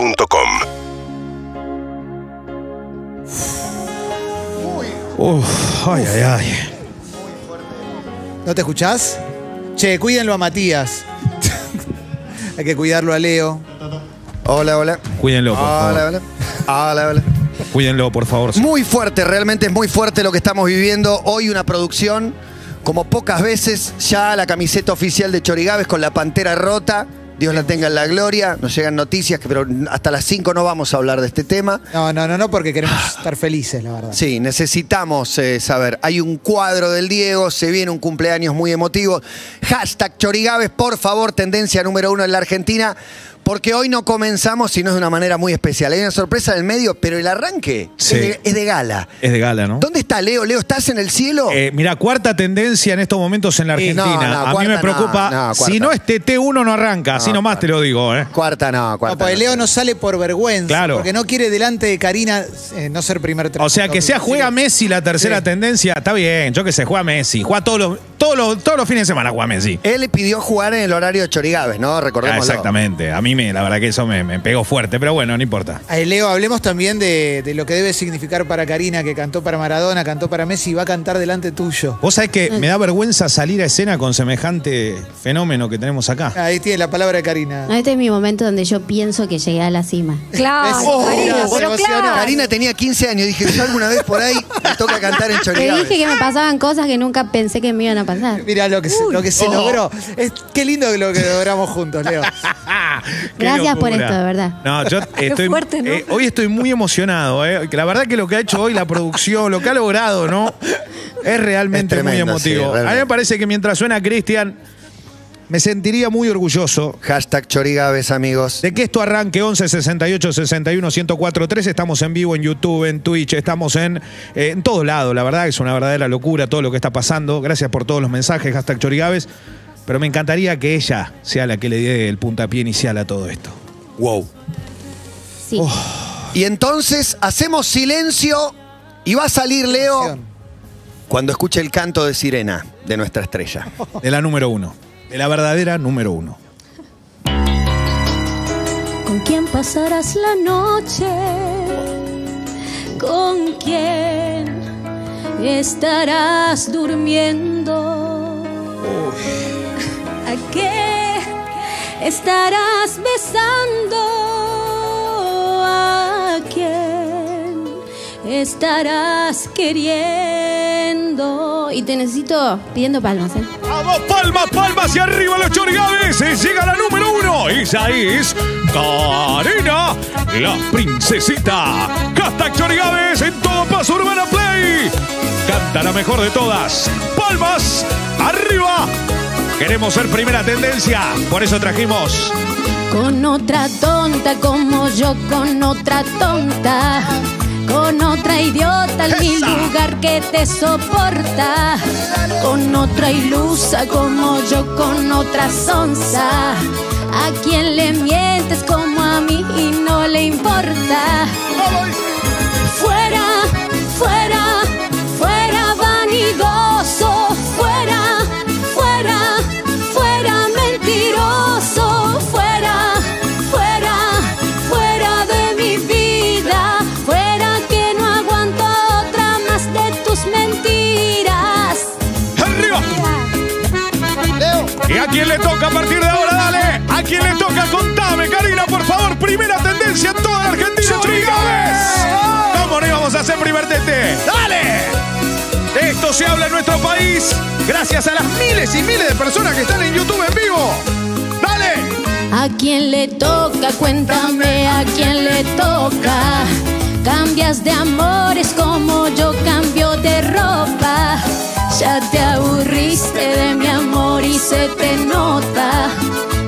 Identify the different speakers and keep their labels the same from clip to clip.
Speaker 1: UrbanaPlayFM.com
Speaker 2: Uf, ay, ay, ay.
Speaker 3: ¿No te escuchás? Che, cuídenlo a Matías. Hay que cuidarlo a Leo.
Speaker 4: Hola, hola.
Speaker 2: Cuídenlo, por
Speaker 4: Hola,
Speaker 2: favor.
Speaker 4: hola. Hola, hola.
Speaker 2: Cuídenlo, por favor.
Speaker 4: Ah, Muy fuerte, realmente es muy fuerte lo que estamos viviendo. Hoy una producción, como pocas veces, ya Ah, la camiseta oficial de Chorigaves con la pantera rota. Dios la tenga en la gloria. Nos llegan noticias, que, pero hasta las 5 no vamos a hablar de este tema.
Speaker 3: No, no, no, no, porque queremos estar felices, la verdad.
Speaker 4: Sí, necesitamos eh, saber. Hay un cuadro del Diego, se viene un cumpleaños muy emotivo. Hashtag Chorigaves, por favor, tendencia número uno en la Argentina. Porque hoy no comenzamos, sino de una manera muy especial. Hay una sorpresa del medio, pero el arranque
Speaker 2: Sí.
Speaker 4: es, de, es de gala.
Speaker 2: Es de gala, ¿no?
Speaker 4: ¿Dónde está Leo? Leo, ¿estás en el cielo?
Speaker 2: Eh, mira, cuarta tendencia en estos momentos en la
Speaker 4: Sí, no,
Speaker 2: Argentina.
Speaker 4: no,
Speaker 2: a mí
Speaker 4: cuarta
Speaker 2: me
Speaker 4: no,
Speaker 2: preocupa.
Speaker 4: no, cuarta.
Speaker 2: si no es TT1, no arranca. Así
Speaker 4: No,
Speaker 2: nomás te lo digo, ¿eh?
Speaker 4: Cuarta no, cuarta.
Speaker 3: No, porque Leo no sale por vergüenza.
Speaker 2: Claro.
Speaker 3: Porque no quiere delante de Karina eh, no ser primer
Speaker 2: O sea, que sea juega
Speaker 3: menos.
Speaker 2: Messi la tercera
Speaker 3: Sí.
Speaker 2: tendencia. Está bien, yo que sé, juega Messi. Juega todos los, todos los, todos los fines de semana, juega Messi.
Speaker 4: Él pidió jugar en el horario de Chorigaves, ¿no?
Speaker 2: Ah,
Speaker 4: Recordemos.
Speaker 2: exactamente. A mí, me, la verdad que eso me, me pegó fuerte, pero bueno, no importa.
Speaker 3: Leo, hablemos también de, de lo que debe significar para Karina, que cantó para Maradona, cantó para Messi y va a cantar delante tuyo.
Speaker 2: Vos sabés que me da vergüenza salir a escena con semejante fenómeno que tenemos acá.
Speaker 3: Ahí tiene la palabra de Karina.
Speaker 5: No, este es mi momento donde yo pienso que llegué a la cima.
Speaker 6: Claro,
Speaker 3: Es- Oh,
Speaker 6: Karina,
Speaker 3: se
Speaker 6: pero
Speaker 3: emociona.
Speaker 6: claro.
Speaker 4: Karina tenía 15 años. Dije, yo alguna vez por ahí me toca cantar en
Speaker 5: Te
Speaker 4: Chorigaves.
Speaker 5: dije que me pasaban cosas que nunca pensé que me iban a pasar.
Speaker 3: Mirá lo que se, lo que se logró. Es- qué lindo lo que logramos juntos, Leo.
Speaker 2: Ah, Qué
Speaker 5: Gracias por
Speaker 2: locura.
Speaker 5: esto, de verdad.
Speaker 2: No, yo estoy.
Speaker 6: fuerte, ¿no?
Speaker 2: eh, hoy estoy muy emocionado, ¿eh? Que La verdad que lo que ha hecho hoy la producción, lo que ha logrado, ¿no? Es realmente
Speaker 4: Es tremendo,
Speaker 2: muy emotivo.
Speaker 4: sí, realmente.
Speaker 2: A mí me parece que mientras suena Cristian, me sentiría muy orgulloso.
Speaker 4: Hashtag Chorigaves, amigos.
Speaker 2: De que esto arranque 11 68 61 104 3. Estamos en vivo en YouTube, en Twitch, estamos en, eh, en todo lado. La verdad es una verdadera locura todo lo que está pasando. Gracias por todos los mensajes, hashtag Chorigaves. Pero me encantaría que ella sea la que le dé el puntapié inicial a todo esto.
Speaker 4: Wow.
Speaker 5: Sí.
Speaker 4: Y entonces hacemos silencio y va a salir Leo cuando escuche el canto de sirena de nuestra estrella.
Speaker 2: De la número uno. De la verdadera número uno.
Speaker 7: ¿Con quién pasarás la noche? ¿Con quién estarás durmiendo? ¿A qué estarás besando? ¿A quién estarás queriendo?
Speaker 5: Y te necesito pidiendo palmas, ¿eh?
Speaker 2: ¡Vamos, palmas, palmas hacia arriba los chorigaves! Eh, Llega la número uno. Esa es Karina, la princesita. Hashtag chorigaves en todo paso Urbana Play. Canta la mejor de todas. Palmas, arriba. Queremos ser primera tendencia. Por eso trajimos
Speaker 7: Con otra tonta como yo, con otra tonta, con otra idiota en mi lugar que te soporta, con otra ilusa como yo, con otra sonza, a quien le mientes como a mí y no le importa. Fuera, fuera, fuera vanidoso, fuera, fuera, fuera mentiroso, fuera, fuera, fuera de mi vida, fuera que no aguanto otra más de tus mentiras.
Speaker 2: arriba. ¿Y a quién le toca a partir de ahora? Dale. ¿A quién le toca? Contame, Karina, por favor. Primera tendencia en toda la Argentina. ¡Chorigaves! ¿Cómo no íbamos a hacer primer tete? ¡Dale! De esto se habla en nuestro país gracias a las miles y miles de personas que están en YouTube en vivo. ¡Dale!
Speaker 7: ¿A quién le toca? Cuéntame a quién le toca. Cambias de amores como yo cambio de ropa. Ya te aburriste de mi amor y se te nota.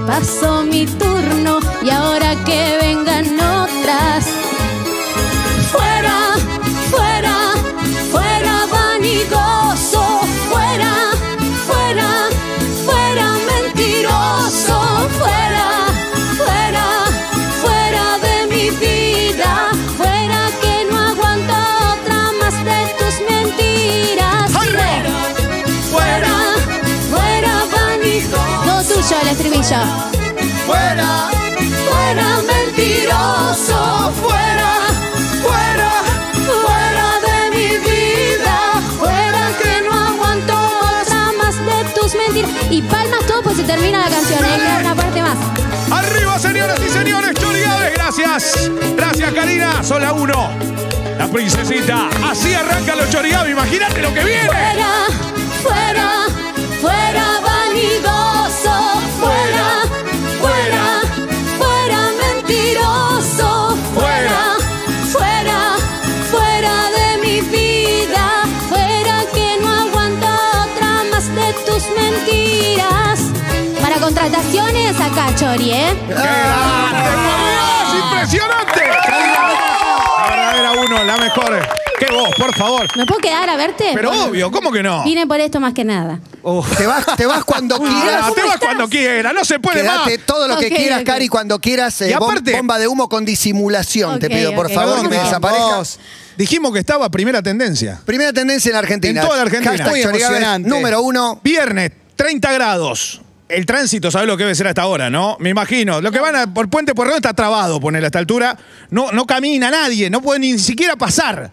Speaker 7: Pasó mi turno y ahora que vengan otras. Fuera, fuera, fuera vanidoso, fuera, fuera, fuera mentiroso, fuera, fuera, fuera de mi vida, fuera que no aguanto otra más de tus mentiras. Fuera, fuera, fuera vanidoso.
Speaker 5: Todo tuyo el estribillo.
Speaker 7: Fuera, Fuera, fuera mentiroso, fuera, fuera, fuera de mi vida, fuera que no aguanto otra más de tus mentiras. Y palmas todo pues se termina la canción, ¿eh? queda una parte más.
Speaker 2: Arriba, señoras y señores, Chori Gávez, gracias. Gracias, Karina. Son la uno. La princesita. Así arranca los Chori Gávez. Imagínate lo que viene.
Speaker 7: Fuera, fuera, fuera vanidoso, fuera, fuera, fuera mentiroso, fuera, fuera, fuera de mi vida, fuera que no aguanto otra más de tus mentiras. Para contrataciones acá, Chori, ¿eh?
Speaker 2: ¡Es impresionante! La verdadera uno, la mejor. Que vos, por favor.
Speaker 5: ¿Me puedo quedar a verte?
Speaker 2: Pero obvio, ¿cómo que no?
Speaker 5: Vine por esto más que nada.
Speaker 4: Te vas, te vas cuando
Speaker 2: Ah,
Speaker 4: quieras.
Speaker 2: te vas cuando quieras, no se puede más.
Speaker 4: Quédate todo lo que
Speaker 5: Ok,
Speaker 4: quieras,
Speaker 5: ok.
Speaker 4: Cari, cuando quieras. eh,
Speaker 2: Y
Speaker 4: bom-
Speaker 2: aparte-
Speaker 4: bomba de humo con disimulación,
Speaker 5: Ok,
Speaker 4: te pido, por
Speaker 5: ok,
Speaker 4: favor,
Speaker 5: ok.
Speaker 4: que me
Speaker 5: Perdón,
Speaker 4: desaparezcas.
Speaker 2: Dijimos que estaba primera tendencia.
Speaker 4: Primera tendencia en Argentina.
Speaker 2: En toda la Argentina.
Speaker 4: Hashtag
Speaker 2: Muy
Speaker 4: Chorigabe,
Speaker 3: emocionante.
Speaker 4: número uno.
Speaker 2: Viernes, 30 grados. El tránsito, ¿sabes lo que debe ser hasta ahora, no? Me imagino. Lo que van a, por Puente Porredón está trabado, poner a esta altura. No, no camina nadie, no puede ni siquiera pasar.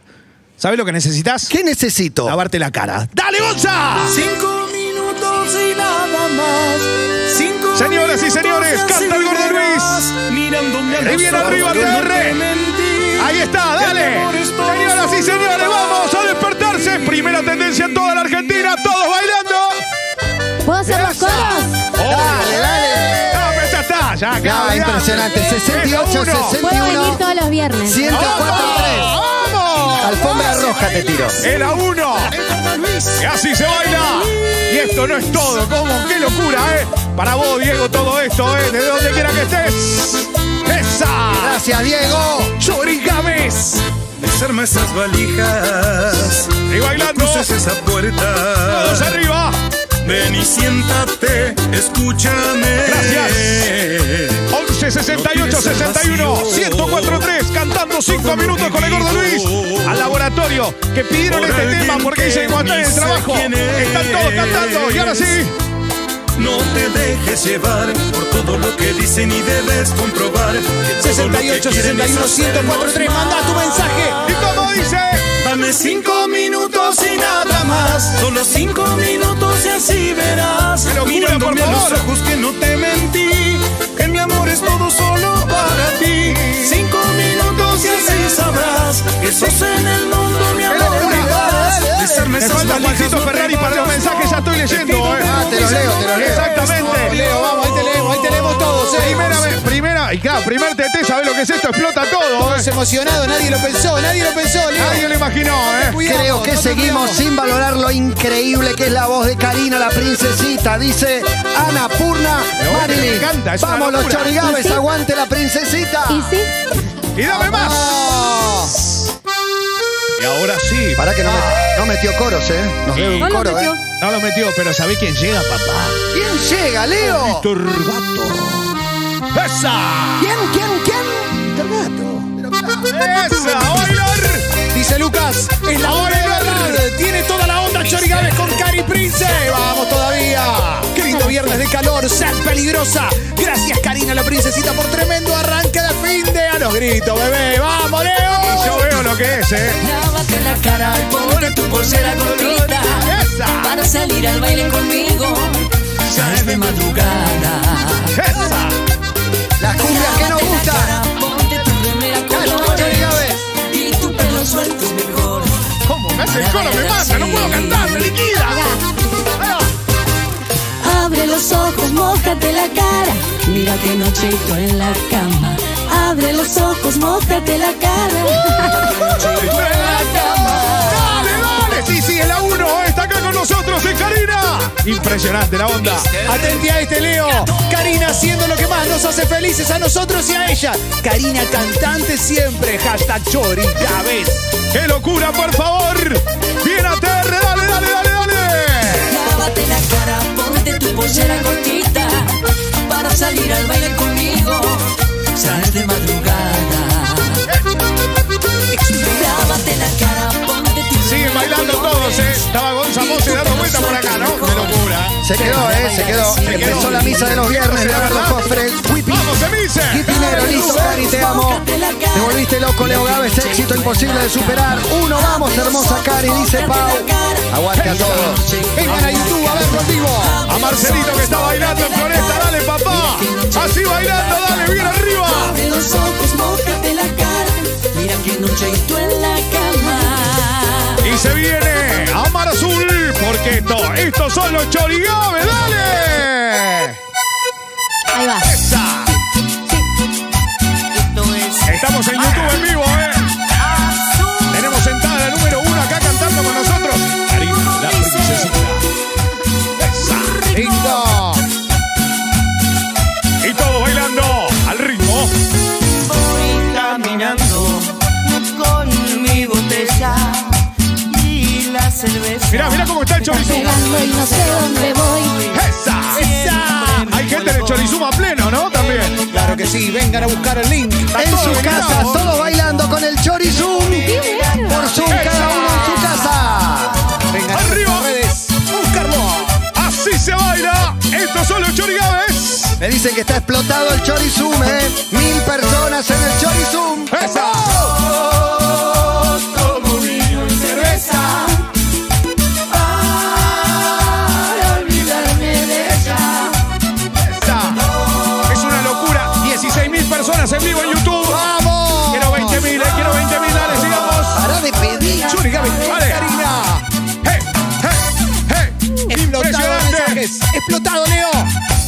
Speaker 2: ¿Sabes lo que necesitas?
Speaker 4: ¿Qué necesito?
Speaker 2: Lavarte la cara. ¡Dale, Gonza!
Speaker 1: Cinco minutos y nada más. Cinco
Speaker 2: Señoras y señores,
Speaker 1: minutos
Speaker 2: canta el Gordo
Speaker 1: sinceros, Mirándome a
Speaker 2: Y viene arriba Ah.
Speaker 1: ojos,
Speaker 2: TR.
Speaker 1: porque mentí.
Speaker 2: Ahí está,
Speaker 1: Que
Speaker 2: dale.
Speaker 1: el amor es todo
Speaker 2: Señoras y señores, vamos a despertarse. Primera tendencia en toda la Argentina, todos bailando.
Speaker 5: ¿Puedo hacer los
Speaker 2: Esa.
Speaker 5: coros?
Speaker 1: Oh.
Speaker 4: Dale, dale.
Speaker 2: Ah, pero ya está, ya acá,
Speaker 4: No,
Speaker 2: mirá.
Speaker 4: impresionante. 68,
Speaker 2: Esa uno.
Speaker 4: 60.
Speaker 5: Puedo venir
Speaker 4: 21.
Speaker 5: todos los viernes.
Speaker 4: 104-3.
Speaker 2: ¡Vamos!
Speaker 4: Alfombra roja te tiro.
Speaker 2: Era uno. Y así se baila. Y esto no es todo. ¿Cómo? ¡Qué locura, eh! Para vos, Diego, todo esto, eh. De donde quiera que estés. ¡Esa!
Speaker 4: Gracias, Diego.
Speaker 2: Chorigames.
Speaker 1: Desarma esas valijas.
Speaker 2: Y bailando.
Speaker 1: Cruces esa puerta.
Speaker 2: Todos arriba.
Speaker 1: Ven y siéntate, escúchame.
Speaker 2: Gracias. 11 68 61 1043 cantando 5 minutos con el gordo Luis al laboratorio que pidieron
Speaker 1: Por
Speaker 2: este
Speaker 1: alguien
Speaker 2: tema porque
Speaker 1: que
Speaker 2: dicen cuando en
Speaker 1: ni
Speaker 2: el
Speaker 1: sé
Speaker 2: trabajo
Speaker 1: quién
Speaker 2: están todos
Speaker 1: es.
Speaker 2: cantando y ahora sí
Speaker 1: No te dejes llevar por todo lo que dicen y debes comprobar. que todo lo que
Speaker 3: 68,
Speaker 1: quieren es
Speaker 3: 61, 1043.
Speaker 1: hacernos
Speaker 3: Manda tu
Speaker 1: mal.
Speaker 3: mensaje.
Speaker 2: y como dice
Speaker 1: Dame cinco minutos y nada más. Solo cinco minutos y así verás.
Speaker 2: Pero jura,
Speaker 1: Mirándome
Speaker 2: por
Speaker 1: a
Speaker 2: favor.
Speaker 1: los ojos que no te mentí. Que mi amor es todo solo para ti. Cinco minutos y así sabrás. Que sos en el mundo mi
Speaker 2: Pero
Speaker 1: amor.
Speaker 2: jura.
Speaker 1: verás. Besarme
Speaker 2: me
Speaker 1: esas
Speaker 2: falta
Speaker 1: valijas,
Speaker 2: Juancito
Speaker 1: no te
Speaker 2: Ferrari para los
Speaker 1: vayas,
Speaker 2: mensajes
Speaker 1: no.
Speaker 2: ya estoy leyendo eh.
Speaker 4: Ah, te los leo, te los leo.
Speaker 2: exactamente
Speaker 3: Leo, vamos, ahí te leemos, ahí te leemos todos, eh.
Speaker 2: primera vez- primera y claro primer TT ¿sabes lo que es esto? explota todo
Speaker 3: Todos
Speaker 2: eh.
Speaker 3: emocionados, nadie lo pensó, nadie lo pensó, Leo.
Speaker 2: nadie lo imaginó eh.
Speaker 3: Cuidado,
Speaker 4: Creo que
Speaker 3: no te
Speaker 4: seguimos
Speaker 3: cuidamos.
Speaker 4: sin valorar lo increíble que es la voz de Karina, la princesita. Dice Ana Purna
Speaker 2: Pero bueno, me
Speaker 4: Marilyn.
Speaker 2: encanta, es una
Speaker 4: Vamos, los
Speaker 2: locura.
Speaker 5: ¿Y
Speaker 4: chorigaves,
Speaker 5: sí?
Speaker 4: aguante la princesita.
Speaker 5: ¿Y sí?
Speaker 2: y dame más
Speaker 3: Ah.
Speaker 2: y ahora sí
Speaker 4: Pará que no,
Speaker 2: Ah.
Speaker 4: me- no metió coros, ¿eh? Nos debe un
Speaker 7: No lo
Speaker 4: coro,
Speaker 7: metió.
Speaker 4: ¿eh?
Speaker 2: no lo metió pero ¿sabés quién llega papá?
Speaker 4: ¿Quién llega, Leo?
Speaker 2: ¡Esa!
Speaker 4: ¿Quién, quién, quién?
Speaker 2: ¡Esa! ¡Oiler!
Speaker 3: Dice Lucas, es la hora de verdad. Tiene toda la onda Chorigaves con Cari Prince. Vamos todavía. Qué lindo viernes de calor, sal peligrosa. Gracias Karina, la princesita, por tremendo arranque de fin de a los gritos, bebé. Vamos,
Speaker 2: Y
Speaker 3: Leo.
Speaker 2: yo veo lo que es, ¿eh?
Speaker 6: Lávate la cara y ponte tu pulsera colorita
Speaker 2: ¡Esa!
Speaker 6: Para salir al baile conmigo Ya es de madrugada
Speaker 2: ¡Esa!
Speaker 4: Las cumbias que nos
Speaker 6: Lávate la cara,
Speaker 4: gustan.
Speaker 6: Ponte tu remera
Speaker 4: Cacho,
Speaker 6: colores
Speaker 4: Chorigaves.
Speaker 6: Y tu pelo suelto es mejor
Speaker 2: ¿Cómo? Me hace el coro, me mata, no puedo cantar, me liquida.
Speaker 6: Abre los ojos, mójate la cara Mira qué nochito en la cama Abre los ojos, mójate la cara
Speaker 2: ¡Dale, dale! Sí, sí, es la 1, está acá con nosotros, es Karina. Impresionante la onda.
Speaker 3: Atenti a este Leo. Karina haciendo lo que más nos hace felices a nosotros y a ella. Karina cantante siempre. Hashtag Chori
Speaker 2: ¡Qué locura, por favor! ¡Bien a TR, dale, dale, dale, dale!
Speaker 6: Lávate la cara, ponte tu pollera cortita para salir al baile conmigo. Sal de madrugada. Lávate la cara, ponte tu
Speaker 2: Siguen bailando todos, ¿eh? Estaba Gonzalo se dando vuelta por acá, ¿no? ¡Qué locura!
Speaker 4: Se quedó, ¿eh? Se quedó. Empezó la misa de los viernes, de los cofres. Whippy
Speaker 2: dice.
Speaker 4: Qué dinero, listo, Cari, te amo. Te volviste loco, Leo Gávez, éxito imposible de superar. Uno, vamos, hermosa Cari, dice Pau. Aguante a todos.
Speaker 8: Vengan a YouTube a verlo en vivo.
Speaker 2: A Marcelito que está bailando en Floresta, dale papá. Así bailando, dale, bien arriba.
Speaker 7: Abre los ojos, mójate la cara. Mira qué noche y tú en la cama.
Speaker 2: Y se viene a Mar Azul, porque esto, estos son los chorigames, dale.
Speaker 9: Ahí va.
Speaker 2: Esa. Estamos en YouTube en vivo, eh. Tenemos sentada la número uno acá cantando con nosotros. Karina, la princesita. Esa.
Speaker 8: Lindo.
Speaker 2: Y todos bailando al ritmo.
Speaker 10: Voy caminando con mi botella y la cerveza.
Speaker 2: Mirá, mirá cómo está el chorizú.
Speaker 11: Llegando y no sé dónde voy.
Speaker 2: Esa. Esa. Hay gente de chorizuma pleno, ¿no? También.
Speaker 8: Claro que sí, vengan a buscar el link.
Speaker 4: En sus casas, todos bailando con el Chorizum. Por Zoom, cada uno en su casa.
Speaker 8: Vengan a
Speaker 2: Arriba.
Speaker 8: las redes. Buscarlo.
Speaker 2: Así se baila. Estos son los chorigaves.
Speaker 4: Me dicen que está explotado el Chorizum, ¿eh? Mil personas en el Chorizum.
Speaker 8: Eh.
Speaker 2: ¡Esa!
Speaker 10: Como vino y cerveza para olvidarme de ella.
Speaker 2: ¡Esa! Es una locura. 16.000 personas en vivo en YouTube.
Speaker 8: ¡Vamos!
Speaker 2: Quiero 20.000, eh, quiero 20.000. Dale, sigamos.
Speaker 4: Pará de pedir.
Speaker 2: Chorigaves, vale.
Speaker 8: Karina.
Speaker 2: ¡Hey, hey, hey!
Speaker 8: Explotado de
Speaker 2: ¡Impresionante!
Speaker 8: mensajes. Explotado, Leo.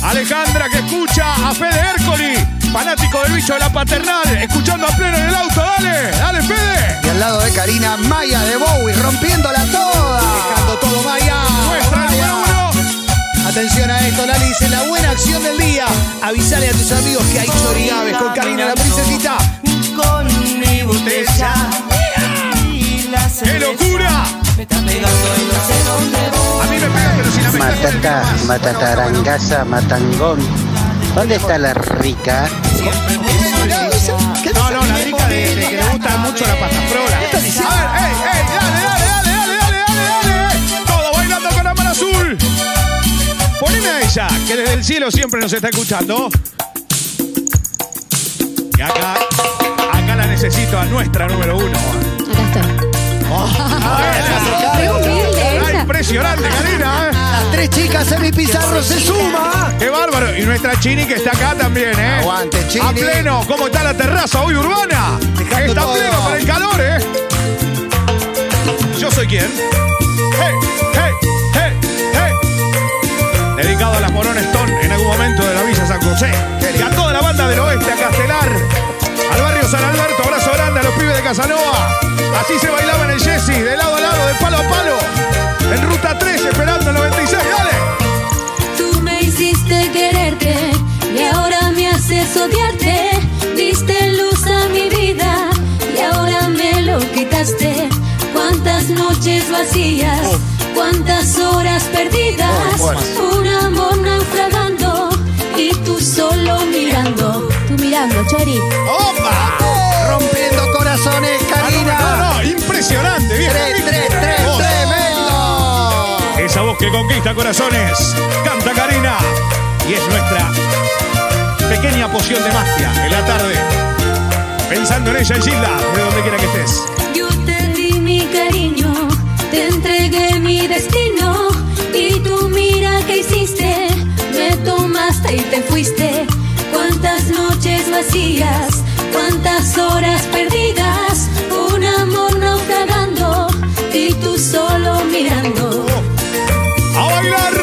Speaker 2: Alejandra que escucha a Fede Hércoli, fanático del bicho de la paternal, escuchando a pleno en el auto. ¡Dale! ¡Dale, Fede!
Speaker 4: Y al lado de Karina, Maya de Bowie, rompiéndola toda.
Speaker 8: Dejando todo, Maya.
Speaker 2: Nuestra
Speaker 8: Maya.
Speaker 2: número uno.
Speaker 8: Atención a esto, Lali dice la buena acción del día. Avisale a tus amigos que hay chorigaves con Karina la princesita.
Speaker 10: Con mi botella y la
Speaker 2: ¡Qué
Speaker 10: cerveza.
Speaker 2: locura!
Speaker 10: Me está pegando y no sé dónde voy.
Speaker 2: A mí me pega, pero sin la ventaja del día
Speaker 3: Matata,
Speaker 2: más.
Speaker 3: matatarangaza, matangón. ¿Dónde está la rica?
Speaker 2: No, no, la rica de, de que le gusta mucho la pasta frola. A ver, ey, ey, dale, dale, dale, dale, dale, dale, dale. eh. Todo bailando con la mano azul. Poneme a ella, que desde el cielo siempre nos está escuchando. Y acá, acá la necesito a nuestra número uno.
Speaker 9: Acá estoy.
Speaker 4: Ah, ¿eh?
Speaker 9: Qué humilde
Speaker 2: Ah,
Speaker 9: ella.
Speaker 2: impresionante, Karina. eh.
Speaker 4: Las tres chicas, Emi Pizarro se suma.
Speaker 2: Qué bárbaro. Y nuestra Chini que está acá también, ¿eh?
Speaker 4: Aguante, Chini.
Speaker 2: A pleno, ¿cómo está la terraza hoy urbana?
Speaker 4: Dejando
Speaker 2: está
Speaker 4: todo.
Speaker 2: pleno para el calor, ¿eh? Yo soy quien. Hey, hey, hey, hey. Dedicado a las Morones Ton en algún momento de la Villa San José. Y a toda la banda del oeste, a Castelar, al barrio San Alberto, abrazo grande a los pibes de Casanova. Así se bailaba en el Jessy, de lado a lado, de palo a palo. En ruta 3, esperando el 96, dale.
Speaker 7: Tú me hiciste quererte y ahora me haces odiarte. Diste luz a mi vida y ahora me lo quitaste. Cuántas noches vacías, cuántas horas perdidas. Un amor naufragando y tú solo mirando.
Speaker 9: Tú mirando, Chori.
Speaker 2: ¡Opa!
Speaker 4: Rompiendo corazones, Karina.
Speaker 2: Ah, No, no, impresionante, bien.
Speaker 4: Tres, tres, tres,
Speaker 2: Voz.
Speaker 4: tremendo.
Speaker 2: Esa voz que conquista corazones, canta Karina. Y es nuestra pequeña poción de magia en la tarde. Pensando en ella, Gisla, de donde quiera que estés.
Speaker 7: Yo te di mi cariño, te entregué mi destino y tú mira qué hiciste, me tomaste y te fuiste. Cuántas noches vacías, cuántas horas perdidas, un amor naufragando y tú solo mirando.
Speaker 2: ¡A bailar!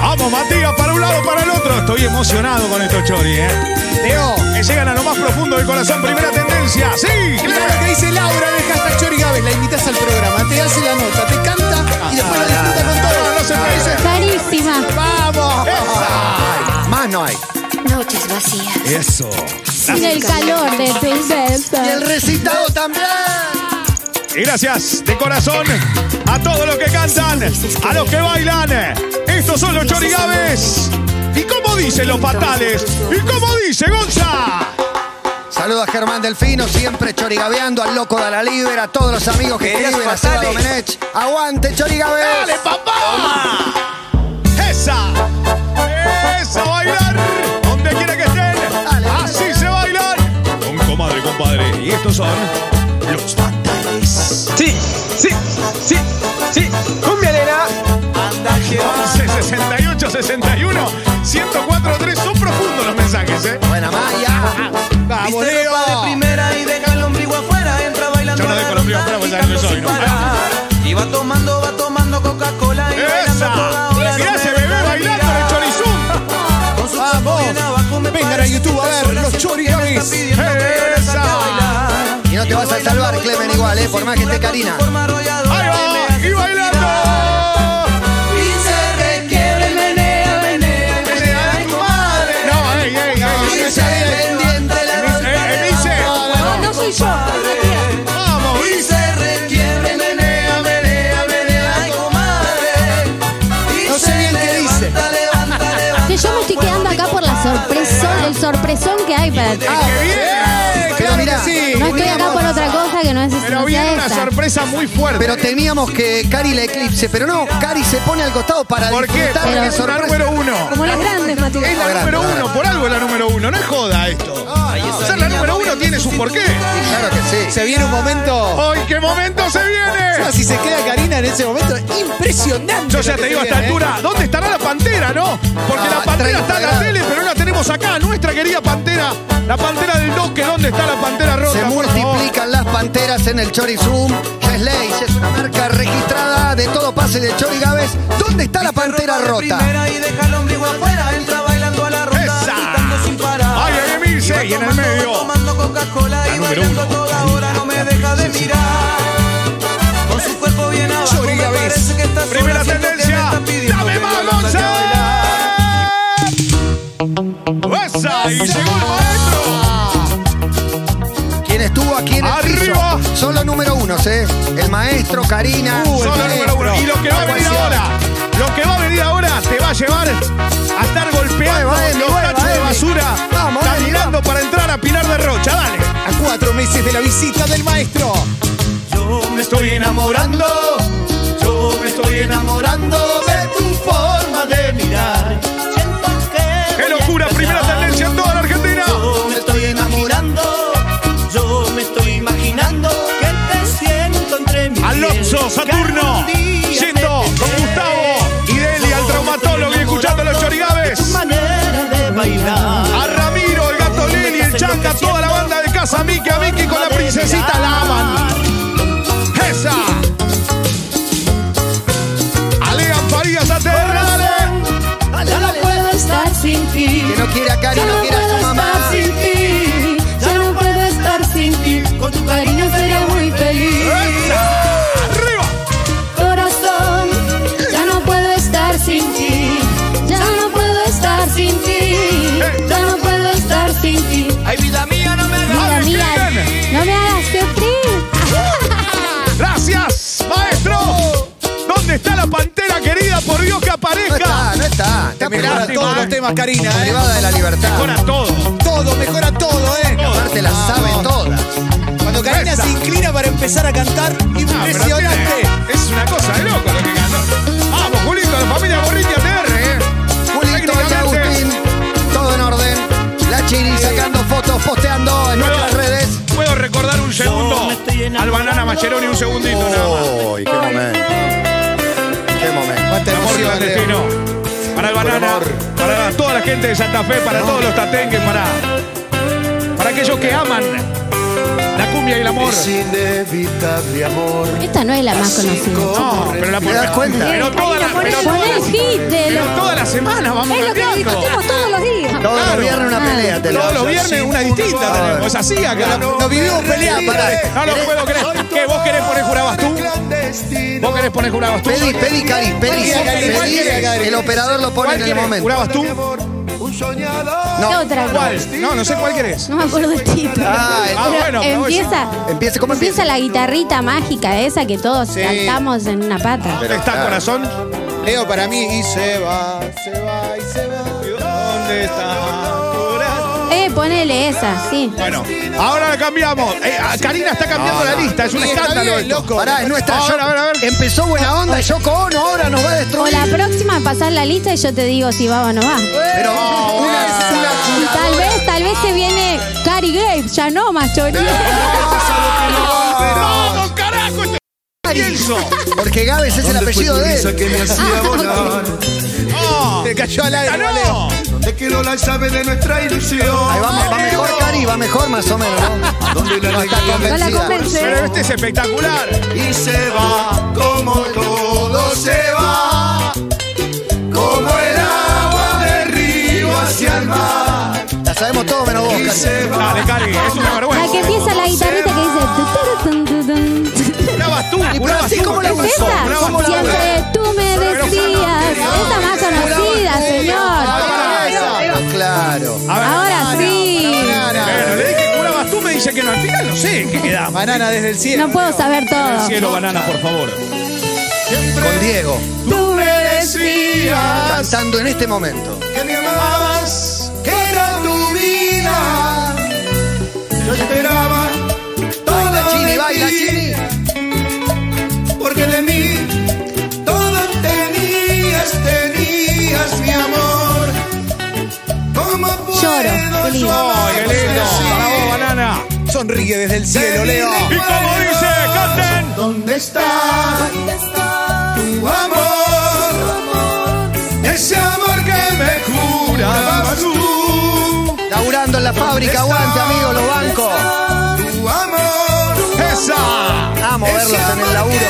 Speaker 2: Vamos, Matías, para un lado, para el otro. Estoy emocionado con estos chori, ¿eh?
Speaker 8: Leo.
Speaker 2: Que llegan a lo más profundo del corazón, primera tendencia. ¡Sí!
Speaker 8: Mira lo que dice Laura en el hashtag chorigaves. La invitas al programa, te hace la nota, te canta y después la disfruta con todo.
Speaker 2: No, no se parece.
Speaker 9: Carísima.
Speaker 8: ¡Vamos!
Speaker 4: Más no hay.
Speaker 11: Noches vacías.
Speaker 2: Eso.
Speaker 9: Sin el calor de tu inversa.
Speaker 4: Y el recitado también.
Speaker 2: Y gracias de corazón a todos los que cantan, a los que bailan. Estos son los chorigaves. ¿Y cómo dicen los patales? ¿Y cómo dice Gonza?
Speaker 4: Saludos a Germán Delfino, siempre chorigabeando, al loco de la libera, a todos los amigos que escriben, a Seba Domenech. ¡Aguante, chorigabe!
Speaker 2: ¡Dale, papá! ¡Esa! ¡Esa, bailar! Donde quiera que estén. Así Estos son los Batales.
Speaker 12: Sí, sí, sí, sí. Cumbia nena.
Speaker 2: 11 68 61 104 3 son profundos los mensajes, ¿eh?
Speaker 4: Buena Maya.
Speaker 1: Vamos,
Speaker 10: Viste
Speaker 1: Leo.
Speaker 10: ropa de primera y deja el ombligo afuera. Entra bailando.
Speaker 2: Yo no
Speaker 10: a la
Speaker 2: dejo el ombligo
Speaker 10: ronda,
Speaker 2: afuera porque
Speaker 10: gritando
Speaker 2: sabes que soy,
Speaker 10: sin
Speaker 2: ¿no?
Speaker 10: parar. Y va tomando, va tomando Coca-Cola. Y bailando a toda
Speaker 2: ¡Esa!
Speaker 10: hora,
Speaker 2: Mirá
Speaker 10: no
Speaker 2: ese
Speaker 10: me
Speaker 2: bebé
Speaker 10: deja
Speaker 2: bailando en
Speaker 10: mirar.
Speaker 2: el chorizum.
Speaker 10: Con su
Speaker 1: Vamos.
Speaker 10: chapo bien abajo, me
Speaker 1: Vengan a
Speaker 10: parece
Speaker 1: YouTube a
Speaker 10: que
Speaker 1: ver
Speaker 10: sola
Speaker 1: los
Speaker 10: se
Speaker 1: Chori
Speaker 10: tiene,
Speaker 1: Gavis.
Speaker 10: está pidiendo que ahora saque a
Speaker 2: ¡Esa!
Speaker 10: bailar.
Speaker 4: Y no te vas a salvar, Clemen, igual, ¿eh? Por más que esté Karina.
Speaker 2: ¡Ahí va! ¡Y bailando!
Speaker 10: Y se requiebra y menea, menea, y menea y madre.
Speaker 2: No, ey, ey, ey.
Speaker 10: Y se pendiente la
Speaker 2: Emis- eh, Emise.
Speaker 7: No, no soy yo. Matías.
Speaker 2: ¡Vamos!
Speaker 10: Y se requiebra y menea, menea, menea y comadre. Y
Speaker 1: No sé
Speaker 10: se
Speaker 1: bien qué dice.
Speaker 10: levanta, levanta, levanta.
Speaker 7: Que yo me estoy quedando acá por la sorpresa, el sorpresón que hay para ti.
Speaker 2: ¡Qué Ah, bien!
Speaker 4: Pero mira,
Speaker 7: No estoy acá por otra cosa que no es
Speaker 2: Pero
Speaker 7: no
Speaker 2: viene
Speaker 7: sea
Speaker 2: una
Speaker 7: esta.
Speaker 2: sorpresa muy fuerte.
Speaker 4: Pero teníamos que Cari la eclipse, pero no, Cari se pone al costado para
Speaker 2: ¿Por qué?
Speaker 4: disfrutar
Speaker 2: Porque
Speaker 4: la
Speaker 2: es la
Speaker 4: sorpresa.
Speaker 2: número uno.
Speaker 7: Como las grandes, Matías.
Speaker 2: Es la
Speaker 4: Grande,
Speaker 2: número
Speaker 4: grande.
Speaker 2: uno, por algo es la número uno, no es joda esto. Ser la número uno tiene su porqué.
Speaker 4: Claro que sí.
Speaker 1: Se viene un momento.
Speaker 2: ¡Ay, qué momento se
Speaker 1: Ah,
Speaker 2: viene!
Speaker 1: Si se queda Karina en ese momento, impresionante.
Speaker 2: Yo
Speaker 1: lo
Speaker 2: ya
Speaker 1: que
Speaker 2: te
Speaker 1: se
Speaker 2: digo a esta
Speaker 1: viene, ¿eh?
Speaker 2: altura, ¿dónde estará la pantera, no? Porque la
Speaker 4: Ah,
Speaker 2: pantera
Speaker 4: 30
Speaker 2: está en la
Speaker 4: grados.
Speaker 2: tele, pero no la tenemos acá, nuestra querida pantera. La pantera del doque, ¿dónde está la pantera rota?
Speaker 4: Se
Speaker 2: por favor?
Speaker 4: multiplican las panteras en el Chorizum. Ya es ley, ya es una marca registrada de todo pase de Chori Gávez. ¿Dónde está la pantera
Speaker 10: Ropa de
Speaker 4: rota?
Speaker 10: primera y deja el ombligo afuera. Entra bailando a la ronda,
Speaker 2: ¡Esa!
Speaker 10: gritando sin parar.
Speaker 2: Ay, ay, Emilce,
Speaker 10: va
Speaker 2: y en el
Speaker 10: tomando, va
Speaker 2: medio.
Speaker 10: Tomando Coca-Cola
Speaker 2: La
Speaker 10: y
Speaker 2: número
Speaker 10: bailando
Speaker 2: uno.
Speaker 10: toda hora. No me deja de mirar. Con su cuerpo bien abajo,
Speaker 1: Chori
Speaker 10: me
Speaker 1: Gavis.
Speaker 10: parece que está sola,
Speaker 2: Primera
Speaker 10: siento que me
Speaker 2: tendencia.
Speaker 10: está pidiendo
Speaker 2: ¡Dame
Speaker 10: que
Speaker 2: más,
Speaker 10: la saque a bailar.
Speaker 2: Gonza! ¡Esa! Y llegó el maestro.
Speaker 4: Quien estuvo aquí en el
Speaker 2: Arriba. Uh,
Speaker 4: piso. Son los número unos, ¿eh? El maestro, Karina. el
Speaker 2: Solo número
Speaker 4: maestro.
Speaker 2: uno. Y lo que va a venir ahora, lo que va a venir ahora te va a llevar a estar golpeando
Speaker 4: Vuelva, Emi,
Speaker 2: los
Speaker 4: vuelva,
Speaker 2: tachos de
Speaker 4: Emi.
Speaker 2: basura,
Speaker 4: Vamos, Emi,
Speaker 2: caminando para entrar a Pinar de Rocha. Dale.
Speaker 1: A cuatro meses de la visita del maestro.
Speaker 2: Yo me estoy enamorando, yo me estoy enamorando de tu forma de mirar.
Speaker 10: Siento
Speaker 2: ¡Qué
Speaker 10: que voy a
Speaker 2: locura! Primera
Speaker 10: estallar.
Speaker 2: tendencia en toda la Argentina.
Speaker 10: Yo me estoy enamorando, yo me estoy imaginando que te siento entre mis
Speaker 2: Alonso,
Speaker 10: pies,
Speaker 2: Saturno,
Speaker 10: que algún día me
Speaker 2: yendo con
Speaker 10: tendré.
Speaker 2: Gustavo y Deli
Speaker 10: Yo
Speaker 2: al
Speaker 10: me
Speaker 2: traumatólogo y
Speaker 10: estoy
Speaker 2: escuchando a los
Speaker 10: enamorando de
Speaker 2: chorigaves.
Speaker 10: tu manera de bailar.
Speaker 2: A Ramiro, el gato Leli, el Changa, toda la banda de casa Miki, a Miki con la princesita la aman. ¡Esa! Alegan Farías Aterra, dale.
Speaker 3: Yo no puedo estar sin ti.
Speaker 4: Que no quiere a Cari,
Speaker 3: Yo
Speaker 4: no
Speaker 3: no
Speaker 4: quiere a
Speaker 3: puedo
Speaker 4: su mamá.
Speaker 3: estar sin ti. Yo no puedo estar sin ti. Con tu cariño sería muy feliz.
Speaker 2: ¡Esa! ¡Arriba!
Speaker 3: Corazón, ya no puedo estar sin ti. Ya no puedo estar sin ti.
Speaker 2: Eh.
Speaker 3: Ya no puedo estar sin ti.
Speaker 10: Ay, vida mía, no me
Speaker 7: Mira,
Speaker 10: hagas
Speaker 7: mira, no me hagas sufrir.
Speaker 2: ¡Gracias, maestro! ¿Dónde está la pantera querida? Por Dios que
Speaker 4: No está,
Speaker 2: aparezca.
Speaker 4: no está. Está
Speaker 1: Te mejora
Speaker 2: Lástima,
Speaker 1: todos
Speaker 2: eh.
Speaker 1: los temas, Karina, ¿eh?
Speaker 4: privada de la libertad.
Speaker 2: Mejora todo.
Speaker 1: Todo, mejora todo, ¿eh?
Speaker 4: Aparte la sabe toda.
Speaker 1: Cuando Karina
Speaker 2: Esa.
Speaker 1: se inclina para empezar a cantar,
Speaker 2: Ah, pero
Speaker 1: impresionante.
Speaker 2: tiene- Es una cosa de loco lo que ganó. Vamos, Julito, la familia Borriti ATR, ¿eh?
Speaker 4: Julito y
Speaker 2: Técnicamente,
Speaker 4: Agustín, todo en orden. La Chiri sacando fotos, posteando en
Speaker 2: ¿puedo-
Speaker 4: nuestras redes.
Speaker 2: Puedo recordar un segundo al banana Mascheroni un segundito nada más.
Speaker 4: Uy, qué momento. Qué momento.
Speaker 1: Cuánta
Speaker 2: Amor
Speaker 1: emoción, Leo.
Speaker 2: clandestino. Para el banana, para toda la gente de Santa Fe, para todos los tatengues, para, para aquellos que aman la cumbia y el amor.
Speaker 13: inevitable amor.
Speaker 7: Esta no es la más conocida.
Speaker 2: No, pero la
Speaker 4: ¿Te das cuenta?
Speaker 2: Pero toda la, pero toda
Speaker 7: Poné
Speaker 2: la-
Speaker 7: el hit de
Speaker 2: pero
Speaker 7: lo-
Speaker 2: toda la semana vamos
Speaker 7: Es lo que
Speaker 2: cambiando.
Speaker 7: discutimos todos los días.
Speaker 4: Todos los
Speaker 2: Claro.
Speaker 4: viernes una pelea, te lo
Speaker 2: Todos los
Speaker 4: digo.
Speaker 2: viernes una distinta tenemos. Es así acá.
Speaker 1: Nos nos vivimos peleando. pará.
Speaker 2: No lo puedo creer. ¿Qué? ¿Vos querés poner jurabas tú?
Speaker 13: Clandestino.
Speaker 2: ¿Vos querés poner jurabas tú?
Speaker 4: Pedí, pedí, Cari, pedí.
Speaker 1: Cualquiera, Cari,
Speaker 4: pedí.
Speaker 1: cualquiera.
Speaker 4: El operador lo pone
Speaker 2: ¿Cuál
Speaker 4: en el
Speaker 2: querés?
Speaker 4: momento.
Speaker 2: ¿Jurabas tú?
Speaker 13: Un soñador.
Speaker 7: ¿Qué otra?
Speaker 2: ¿Cuál? No, no sé cuál querés.
Speaker 7: No me acuerdo el título.
Speaker 4: Ah, el-
Speaker 2: Ah, bueno, pero
Speaker 7: empieza,
Speaker 4: Empieza, ¿cómo
Speaker 7: empieza la guitarrita mágica esa que todos cantamos en una pata.
Speaker 2: ¿Dónde está
Speaker 4: claro.
Speaker 2: corazón?
Speaker 1: Leo para mí y se va, se va y se va.
Speaker 2: ¿Dónde está corazón?
Speaker 7: Eh, ponele esa, sí.
Speaker 2: Bueno, ahora la cambiamos. Eh, a- Karina está cambiando la lista, es un
Speaker 1: Y está
Speaker 2: escándalo
Speaker 1: bien,
Speaker 2: esto.
Speaker 1: loco.
Speaker 4: Pará, es nuestra.
Speaker 2: A ver,
Speaker 4: Yoko.
Speaker 2: a ver, a ver.
Speaker 4: Empezó buena onda, Yoko Ono ahora nos va a
Speaker 7: O
Speaker 4: destruir.
Speaker 7: la próxima pasás la lista y yo te digo si va o no va.
Speaker 4: Pero una, una
Speaker 7: Y tal vez, tal vez te viene Cari Cary Grapes, ya no más chorizo.
Speaker 2: ¡Vamos, carajo! este Pienso.
Speaker 4: Porque Gávez es el apellido de él.
Speaker 14: que me hacía volar?
Speaker 2: Te cayó al aire, Leo.
Speaker 14: ¿Dónde quedó la llave de nuestra ilusión?
Speaker 4: Ahí va, va mejor, Cari, va mejor más o menos, ¿no?
Speaker 14: Donde la alegría
Speaker 7: No la
Speaker 14: vencida
Speaker 7: convence.
Speaker 2: Pero este es espectacular.
Speaker 14: y se va como todo se va, como el agua del río hacia el mar
Speaker 4: La sabemos todos menos vos,
Speaker 14: y
Speaker 4: Cari.
Speaker 14: se va.
Speaker 2: Dale, Cari, es una
Speaker 7: La que
Speaker 2: vergüenza.
Speaker 7: empieza la guitarrita que dice. tu, tu, tu, tu, tu, tu.
Speaker 2: Una tú,
Speaker 4: Y pero
Speaker 2: una
Speaker 4: así,
Speaker 2: tú.
Speaker 4: ¿cómo la
Speaker 7: ¿Es
Speaker 4: usó? ¿Cómo
Speaker 7: esa?
Speaker 4: la usó?
Speaker 7: Siempre tú me decías. Esa más conocida,
Speaker 4: Ah,
Speaker 7: señor.
Speaker 4: esa. Claro.
Speaker 7: Ahora sí.
Speaker 2: Bueno, le dije que curabas tú, me dice que no. Al final no sé en qué quedamos.
Speaker 3: Banana desde el cielo.
Speaker 7: No puedo saber todo.
Speaker 2: Cielo, banana, por favor.
Speaker 4: Con Diego.
Speaker 14: Tú me decías
Speaker 4: Cantando en este momento.
Speaker 14: que me amabas, que era tu vida. Yo esperaba todo
Speaker 4: Baila, Chini,
Speaker 14: de
Speaker 4: baila,
Speaker 14: ti,
Speaker 4: Chini.
Speaker 14: porque de mí todo tenías, tenías mi amor. ¿Cómo puedo
Speaker 7: Lloro, qué lindo.
Speaker 2: ¡Ay, qué lindo! Para vos, banana.
Speaker 3: Sonríe desde el cielo, Leo.
Speaker 2: Y como dice, canten.
Speaker 14: ¿Dónde está tu amor? Ese amor que me jurabas tú.
Speaker 4: Laburando en la fábrica, aguante, amigo, los bancos.
Speaker 14: Tu amor.
Speaker 2: ¡Esa!
Speaker 4: Amo verlos en el laburo.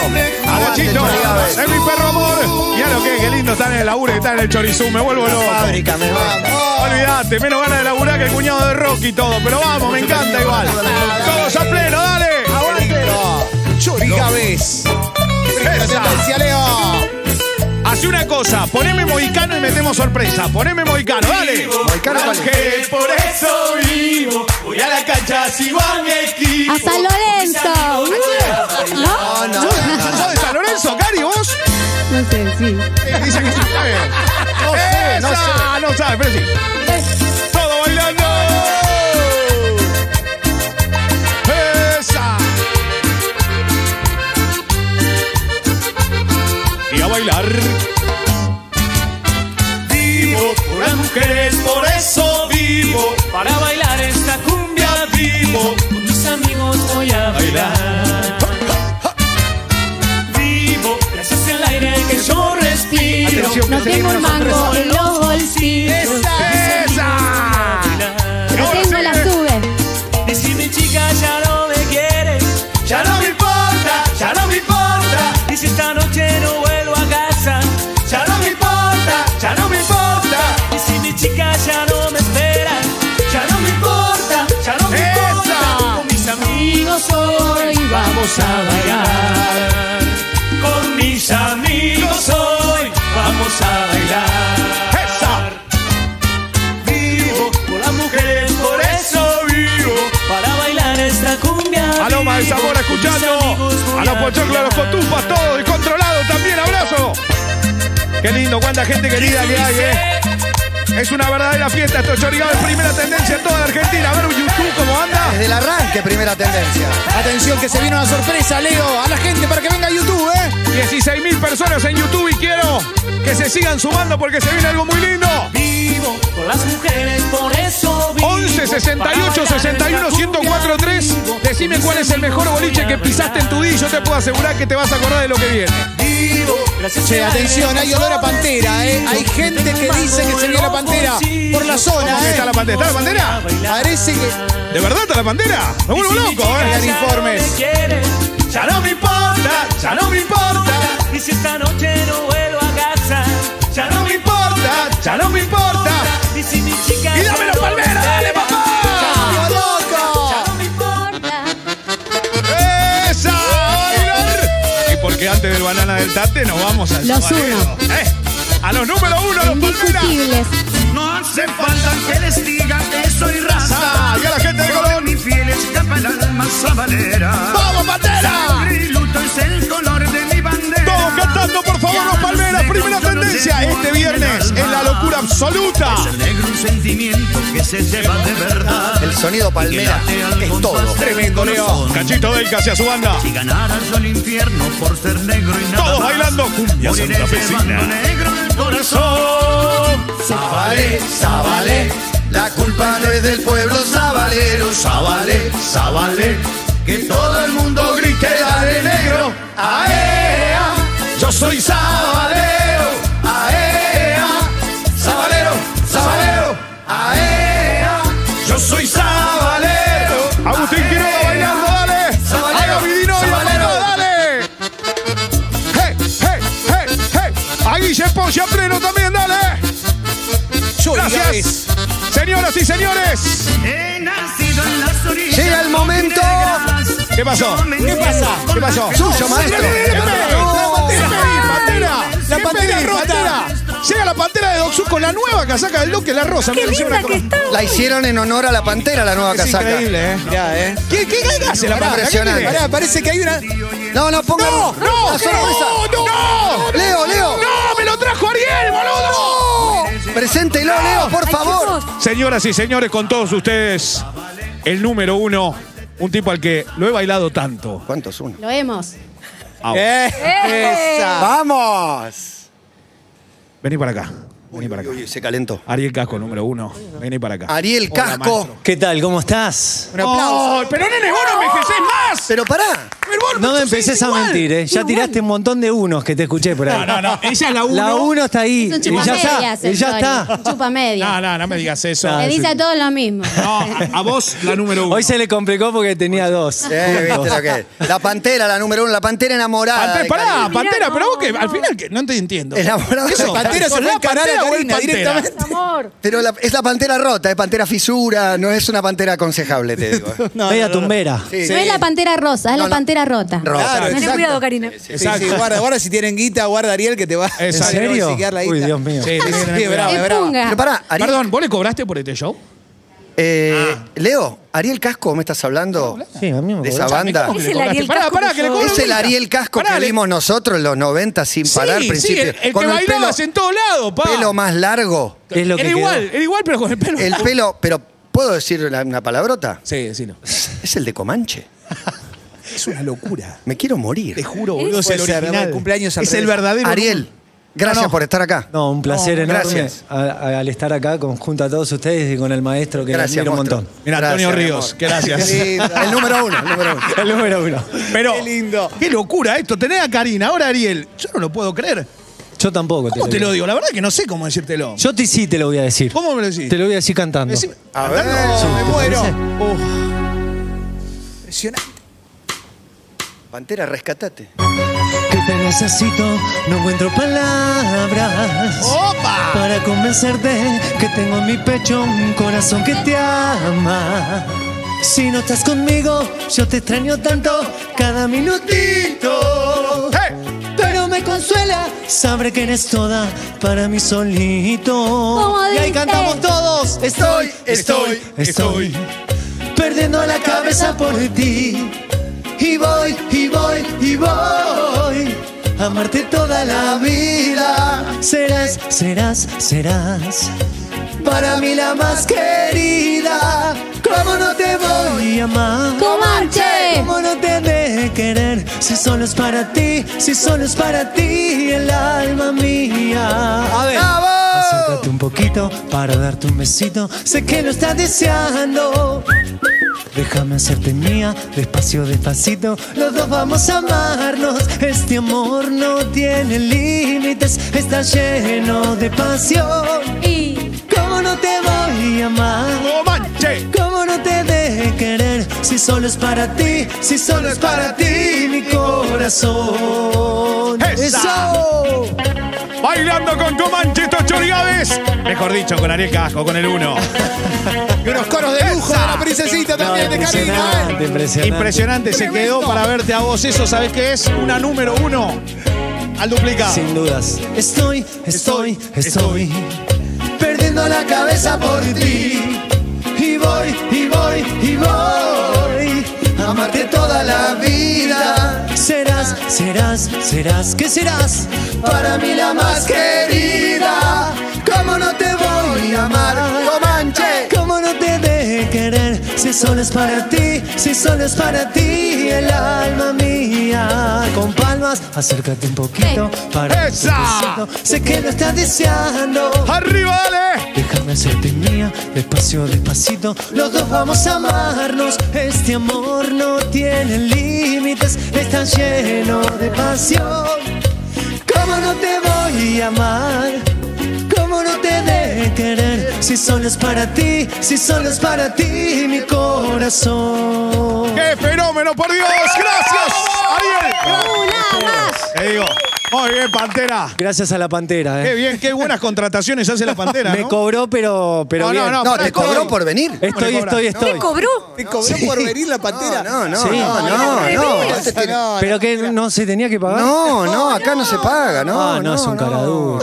Speaker 2: A
Speaker 4: Aguante,
Speaker 2: Nachito,
Speaker 4: Chori
Speaker 2: es
Speaker 4: Gávez.
Speaker 2: mi perro amor. Mirá lo que, qué lindo están en el laburo, que están en el chorizú, me vuelvo loco.
Speaker 4: Fábrica, me va.
Speaker 2: Oh, Olvídate, menos ganas de laburar que el cuñado de Rocky y todo, pero vamos, me encanta igual. Todos a pleno, dale.
Speaker 3: Chori Gávez.
Speaker 2: Esa.
Speaker 3: Gracias, Leo.
Speaker 2: Hace una cosa, poneme Moicano y metemos sorpresa. Poneme Moicano, dale.
Speaker 4: Moicano, ¿cuál es?
Speaker 2: Ángel, por eso vivo. Voy a la cancha, sigo a mi equipo.
Speaker 7: A San Lorenzo. ¿No?
Speaker 4: No, no, no, no.
Speaker 2: ¿Sos de San Lorenzo, Cari, vos?
Speaker 7: No sé, sí.
Speaker 2: Eh, Dice que sí, está bien. No sé, no sé. No sabe, pero sí. Todo bailando. Esa. Y a bailar.
Speaker 1: Vivo por las mujeres, por eso vivo. Para bailar esta cumbia vivo. Con mis amigos voy a bailar. Vivo, gracias al aire que yo respiro.
Speaker 7: No tengo un mango en los bolsillos.
Speaker 2: Esa.
Speaker 7: No tengo la sube.
Speaker 1: Y si mi chica ya no me quiere, ya no me importa, ya no me importa. Y si esta noche no vuelvo a casa, ya no me importa, ya no me importa. Y si mi chica ya no me espera, ya no me importa, ya no me
Speaker 2: ¡Esa!
Speaker 1: importa. Con mis amigos hoy vamos a bailar. Con mis amigos hoy vamos a bailar.
Speaker 2: Esa.
Speaker 1: Vivo por las mujeres, por eso vivo. Para bailar esta cumbia.
Speaker 2: A Loma de Zamora escuchando. A los pochoclos, a los cotufas, todo y controlado también. Abrazo. Qué lindo, cuánta gente querida que hay, eh. Es una verdadera fiesta esto, Chorigado es primera tendencia en toda la Argentina. A ver YouTube cómo anda.
Speaker 4: Desde el arranque, primera tendencia.
Speaker 3: Atención que se viene una sorpresa, Leo. A la gente para que venga a YouTube, ¿eh?
Speaker 2: 16 mil personas en YouTube y quiero que se sigan sumando porque se viene algo muy lindo.
Speaker 1: Vivo con las mujeres, por eso vivo.
Speaker 2: 11 68 61 104 3. Decime cuál es el mejor boliche que pisaste en tu día y yo te puedo asegurar que te vas a acordar de lo que viene.
Speaker 1: Vivo, gracias
Speaker 3: Che, atención, hay olor a pantera, ¿eh? Hay gente que dice que se vio la pantera por la
Speaker 2: ¿Cómo que
Speaker 3: zona,
Speaker 2: está la
Speaker 3: ¿eh?
Speaker 2: bandera? ¿Está la bandera?
Speaker 3: Parece que.
Speaker 2: ¿De verdad está la bandera? Me vuelvo loco,
Speaker 3: Vean
Speaker 2: eh.
Speaker 3: informes.
Speaker 1: Ya no me importa, ya no me importa. Y si esta noche no vuelvo a casa, ya no me importa,
Speaker 2: Ya no me importa.
Speaker 1: Y si mi chica.
Speaker 2: ¡Y dame los palmeras! ¡Dale, papá!
Speaker 3: ¡Tío loco!
Speaker 1: Ya no me importa.
Speaker 2: ¡Esa! ¡A bailar! Y porque antes del banana del tate nos vamos al
Speaker 7: Los
Speaker 2: sabanero. Eh, A los número uno, los palmeras.
Speaker 7: Indiscutibles.
Speaker 14: No hace falta que les diga que soy raza.
Speaker 2: Ah, y a la gente de Colón.
Speaker 14: Mi fiel escapa el alma sabanera.
Speaker 2: ¡Vamos, Pantera!
Speaker 14: Sangre y luto es el color de mi bandera.
Speaker 2: Todos cantando, por favor, los palmeras. Primera
Speaker 14: Yo no
Speaker 2: tendencia
Speaker 14: llevo
Speaker 2: este
Speaker 14: en el
Speaker 2: viernes
Speaker 14: alma.
Speaker 2: en la locura absoluta.
Speaker 14: Es el negro un sentimiento que se lleva de verdad.
Speaker 4: El sonido palmera es todo.
Speaker 14: Tremendo, Leo.
Speaker 2: Cachito Delca hacia su banda.
Speaker 14: Si ganaras yo el infierno por ser negro y nada
Speaker 2: Todos
Speaker 14: más,
Speaker 2: bailando cumbia
Speaker 14: moriré
Speaker 2: santafesina.
Speaker 14: llevando negro el corazón. Zabalé, zabalé, la culpa no es del pueblo sabalero. Zabalé,
Speaker 1: Sábale, que todo el mundo grite dale negro, aea, yo soy sabalero, aea, sabalero, sabalero, aea, yo soy sabalero.
Speaker 2: Agustín Quiroga bailando, dale.
Speaker 1: Sabalero,
Speaker 2: Haga mi dinovio,
Speaker 1: sabalero.
Speaker 2: hermano, dale. Hey, hey, hey, hey. A Guille Poche a pleno también, dale. Gracias. Señoras y señores.
Speaker 4: Llega el momento.
Speaker 2: ¿Qué pasó?
Speaker 3: ¿Qué pasa?
Speaker 2: ¿Qué pasó?
Speaker 4: Suyo, maestro.
Speaker 2: ¡La pantera! ¡La pantera! ¡La
Speaker 3: La
Speaker 2: pantera!
Speaker 3: pantera,
Speaker 2: ¡La pantera! Llega la pantera de Doxu con la nueva casaca del Duque, la rosa.
Speaker 7: ¡Qué
Speaker 2: Miren, lleva
Speaker 7: linda
Speaker 2: una
Speaker 7: que
Speaker 2: cor-
Speaker 7: está!
Speaker 4: La hicieron en honor a la pantera, la nueva
Speaker 3: Es
Speaker 4: casaca.
Speaker 3: increíble, ¿eh? Mirá, ¿eh?
Speaker 2: ¿Qué, qué, qué hace la pantera? ¿Qué
Speaker 4: Impresionante.
Speaker 2: tiene?
Speaker 3: Pará, parece que hay una...
Speaker 4: No, no pongan.
Speaker 2: ¡No! ¡No!
Speaker 4: la sorpresa.
Speaker 2: ¡No! ¡No!
Speaker 4: Leo, Leo.
Speaker 2: ¡No! ¡Me lo trajo Ariel, boludo!
Speaker 4: Preséntelo, Leo, por
Speaker 5: Ay,
Speaker 4: favor.
Speaker 5: chicos,
Speaker 2: Señoras y señores, con todos ustedes, el número uno, un tipo al que lo he bailado tanto.
Speaker 4: ¿Cuántos uno?
Speaker 5: Lo hemos.
Speaker 2: Au.
Speaker 3: Eh,
Speaker 7: ¡Eh!
Speaker 3: ¡Esa!
Speaker 4: ¡Vamos!
Speaker 2: Vení para acá. Vení para acá.
Speaker 4: Uy, se calentó.
Speaker 2: Ariel Casco, número uno. Vení para acá.
Speaker 4: Ariel
Speaker 2: Hola,
Speaker 4: Casco.
Speaker 2: maestro.
Speaker 10: ¿Qué tal? ¿Cómo estás?
Speaker 3: Un aplauso.
Speaker 2: ¡Ay, pero nene, vos no envejecés más!
Speaker 4: Pero pará.
Speaker 10: No me empecés a mentir, ¿eh? Ya tiraste un montón de unos que te escuché por ahí.
Speaker 2: No, no, no. Ella es la uno.
Speaker 10: La uno está ahí.
Speaker 5: Es un
Speaker 10: Y ya está.
Speaker 5: chupamedias.
Speaker 10: Y
Speaker 5: el
Speaker 10: ya
Speaker 5: Tony.
Speaker 10: está.
Speaker 5: Un Chupamedias.
Speaker 2: No, no, no me digas eso.
Speaker 10: No,
Speaker 7: Ah,
Speaker 5: Me dice
Speaker 10: sí.
Speaker 5: a todos lo mismo.
Speaker 2: No, a, a vos la número uno.
Speaker 10: Hoy se le complicó porque tenía dos.
Speaker 4: Eh, ¿viste lo que es? La pantera, la número uno, la pantera enamorada.
Speaker 2: Pantera,
Speaker 4: de
Speaker 2: pará,
Speaker 4: Karina.
Speaker 5: Mirá,
Speaker 2: Pantera, pero
Speaker 5: no,
Speaker 2: vos que al
Speaker 5: no.
Speaker 2: final que no te entiendo.
Speaker 4: Enamorada de
Speaker 2: Eso,
Speaker 4: la
Speaker 3: Pantera se
Speaker 2: ¿Sos
Speaker 3: va a
Speaker 2: la
Speaker 3: encarar a
Speaker 2: Pantera o el
Speaker 3: Karina
Speaker 2: Pantera?
Speaker 3: directamente.
Speaker 5: Amor.
Speaker 4: Pero la- es la pantera rota, es pantera fisura, no es una pantera aconsejable, te digo. eh.
Speaker 3: No,
Speaker 10: Media
Speaker 3: no, no, no.
Speaker 10: tumbera.
Speaker 4: Sí.
Speaker 5: No es la pantera rosa, es la
Speaker 4: No, no.
Speaker 5: pantera rota.
Speaker 4: Rota.
Speaker 3: Claro,
Speaker 7: Ten
Speaker 3: exacto.
Speaker 7: cuidado, Karina.
Speaker 3: Sí, sí, guarda, guarda si tienen guita, guarda Ariel que te va
Speaker 2: ¿En
Speaker 10: ¿En
Speaker 2: Exacto.
Speaker 10: serio?
Speaker 3: Si quedar la
Speaker 10: Uy,
Speaker 3: guita.
Speaker 10: Dios mío.
Speaker 2: Sí,
Speaker 3: Sí,
Speaker 2: tiene-
Speaker 3: es brava,
Speaker 5: Es
Speaker 3: es brava.
Speaker 5: punga.
Speaker 4: Pero pará, Ariel,
Speaker 2: Perdón, Ah. ¿vos le cobraste por este show?
Speaker 4: eh, Leo, Ariel Casco, ¿me estás hablando?
Speaker 10: Sí, a mí me
Speaker 4: De
Speaker 10: cobró.
Speaker 4: esa banda.
Speaker 7: Es el Ariel
Speaker 2: Pará,
Speaker 7: Casco
Speaker 2: pará,
Speaker 7: que
Speaker 2: que le
Speaker 7: yo-
Speaker 2: cobro
Speaker 4: Ah. Es el
Speaker 2: guita.
Speaker 4: Ariel Casco
Speaker 2: Pará,
Speaker 4: que
Speaker 2: le-
Speaker 4: vimos nosotros en los 90 sin parar
Speaker 2: sí, sí,
Speaker 4: principio.
Speaker 2: el, el
Speaker 4: con
Speaker 2: que
Speaker 4: el pelo,
Speaker 2: bailabas en todos lados, pa.
Speaker 4: pelo más largo.
Speaker 10: Es lo que
Speaker 2: era
Speaker 10: quedó.
Speaker 2: igual, era igual, pero con el pelo.
Speaker 4: El pelo, pero ¿puedo decir una, una palabrota?
Speaker 2: Sí, sí, no.
Speaker 4: Es el de Comanche.
Speaker 2: Es una locura.
Speaker 4: Me quiero morir.
Speaker 2: Te juro, boludo, es
Speaker 3: Puede
Speaker 2: el
Speaker 3: ser,
Speaker 2: original.
Speaker 3: el cumpleaños al
Speaker 2: es el
Speaker 3: revés.
Speaker 2: verdadero.
Speaker 4: Ariel, gracias
Speaker 2: No, no.
Speaker 4: por estar acá.
Speaker 10: No, un placer
Speaker 4: No,
Speaker 10: enorme
Speaker 4: gracias.
Speaker 10: a- a- al estar acá con- junto a todos ustedes y con el maestro que le
Speaker 4: Gracias,
Speaker 10: admiro un
Speaker 4: monstruo.
Speaker 10: montón.
Speaker 2: Mira,
Speaker 4: Gracias,
Speaker 2: Antonio
Speaker 4: mi
Speaker 2: Ríos,
Speaker 4: amor.
Speaker 2: gracias.
Speaker 4: Sí, el número uno, el número uno.
Speaker 10: El número uno.
Speaker 2: Pero,
Speaker 3: Qué lindo.
Speaker 2: Qué locura esto. Tenés a Karina, ahora a Ariel. Yo no lo puedo creer.
Speaker 10: Yo tampoco
Speaker 2: ¿Cómo te
Speaker 10: digo.
Speaker 2: lo digo? La verdad que no sé cómo decírtelo.
Speaker 10: Yo te, sí te lo voy a decir.
Speaker 2: ¿Cómo me lo decís?
Speaker 10: Te lo voy a decir cantando.
Speaker 2: Decime-
Speaker 4: A ver.
Speaker 3: me muero. Impresionante.
Speaker 4: Pantera, rescatate.
Speaker 10: Que te necesito, no encuentro palabras.
Speaker 2: ¡Opa!
Speaker 10: Para convencerte que tengo en mi pecho un corazón que te ama. Si no estás conmigo, yo te extraño tanto cada minutito. Pero me consuela saber que eres toda para mí solito. Y ahí
Speaker 5: dice?
Speaker 10: cantamos todos. Estoy,
Speaker 2: estoy, estoy.
Speaker 10: perdiendo la cabeza por ti. Y voy, y voy, y voy. Amarte toda la vida. Serás, serás, serás. Para mí la más querida. ¿Cómo no te voy a amar?
Speaker 5: ¡Comanche!
Speaker 10: ¿Cómo no te de querer? Si solo es para ti, si solo es para ti el alma mía. A ver. Acércate un poquito para darte un besito. Sé que lo estás deseando. Déjame hacerte mía, despacio, despacito. Los dos vamos a amarnos. Este amor no tiene límites, está lleno de pasión.
Speaker 5: Y
Speaker 10: ¿Cómo no te voy a amar?
Speaker 2: ¡Comanche!
Speaker 10: ¿Cómo no te de querer si solo es para ti, si solo es para ti mi corazón?
Speaker 2: ¡Esa! Bailando con Comanche estos chorigaves. Mejor dicho, con Ariel Casco, con el uno.
Speaker 3: Y unos coros de lujo de la princesita
Speaker 10: No,
Speaker 3: también de Karina. ¿eh?
Speaker 10: impresionante, impresionante.
Speaker 2: Impresionante, se quedó para verte a vos. Eso, ¿sabés qué es? Una número uno. Al duplicado.
Speaker 10: Sin dudas. Estoy, estoy, estoy perdiendo la cabeza por ti. Y voy, y voy, y voy. Amarte toda la vida. Serás, serás, serás, ¿qué serás? Para mí la más querida. ¿Cómo no te voy a amar? Comanche. ¿Cómo no no te deje querer, si solo es para ti, si solo es para ti, el alma mía. Con palmas, acércate un poquito para
Speaker 2: ¡Esa!
Speaker 10: besito. Sé que lo estás deseando.
Speaker 2: ¡Arriba, dale!
Speaker 10: Déjame hacerte mía, despacio, despacito. Los dos vamos a amarnos. Este amor no tiene límites, está lleno de pasión. ¿Cómo no te voy a amar? ¿Cómo no te de querer? Si solo es para ti, si solo es para ti, mi corazón.
Speaker 2: ¡Qué fenómeno, por Dios! ¡Gracias, Ariel!
Speaker 5: ¡Una más!
Speaker 2: Te digo, muy bien, Pantera.
Speaker 10: Gracias a la pantera, eh.
Speaker 2: Qué bien, qué buenas contrataciones hace la Pantera,
Speaker 10: Me
Speaker 2: ¿no?
Speaker 10: cobró, pero. pero
Speaker 2: No,
Speaker 10: bien.
Speaker 2: no,
Speaker 4: Ah, No, te cobró por venir.
Speaker 10: Estoy,
Speaker 2: le cobra?
Speaker 10: estoy, estoy.
Speaker 5: cobró?
Speaker 3: Te cobró por venir la pantera.
Speaker 4: No, no, no,
Speaker 10: Sí.
Speaker 4: no, no, no. No, te tiene-
Speaker 10: Pero que no se tenía que pagar.
Speaker 4: no, no, acá no se paga, no.
Speaker 10: Ah, no, es un caraduro,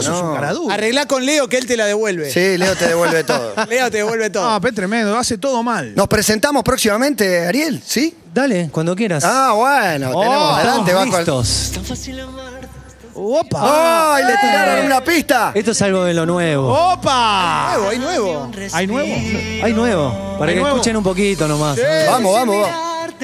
Speaker 4: no.
Speaker 10: es un
Speaker 3: Arreglá con Leo que él te la devuelve.
Speaker 4: Sí, Leo te devuelve todo.
Speaker 3: Leo te devuelve todo.
Speaker 2: Ah, Pe, tremendo, hace todo mal.
Speaker 4: Nos presentamos próximamente, Ariel, ¿sí?
Speaker 10: Dale, cuando quieras.
Speaker 4: Ah, bueno, tenemos adelante,
Speaker 10: estamos
Speaker 4: bajo al-
Speaker 10: listos.
Speaker 4: ¡Oh! ¡Y le tiraron una pista!
Speaker 10: Esto es algo de lo
Speaker 3: Oh.
Speaker 10: nuevo.
Speaker 2: ¡Opa!
Speaker 3: Nuevo, hay nuevo.
Speaker 2: ¿Hay nuevo?
Speaker 10: Hay nuevo, para
Speaker 2: Hay
Speaker 10: que
Speaker 2: nuevo.
Speaker 10: escuchen un poquito nomás.
Speaker 4: Vamos, vamos, vamos.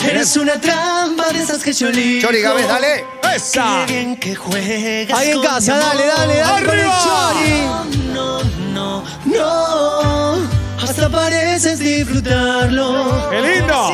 Speaker 10: Eres una trampa de esas que yo
Speaker 4: Chori Gávez, dale.
Speaker 2: ¡Esa!
Speaker 10: que juegas Ahí en casa, dale, dale, dale. con el Chori. No, no, no. Hasta pareces disfrutarlo.
Speaker 2: ¡Qué lindo!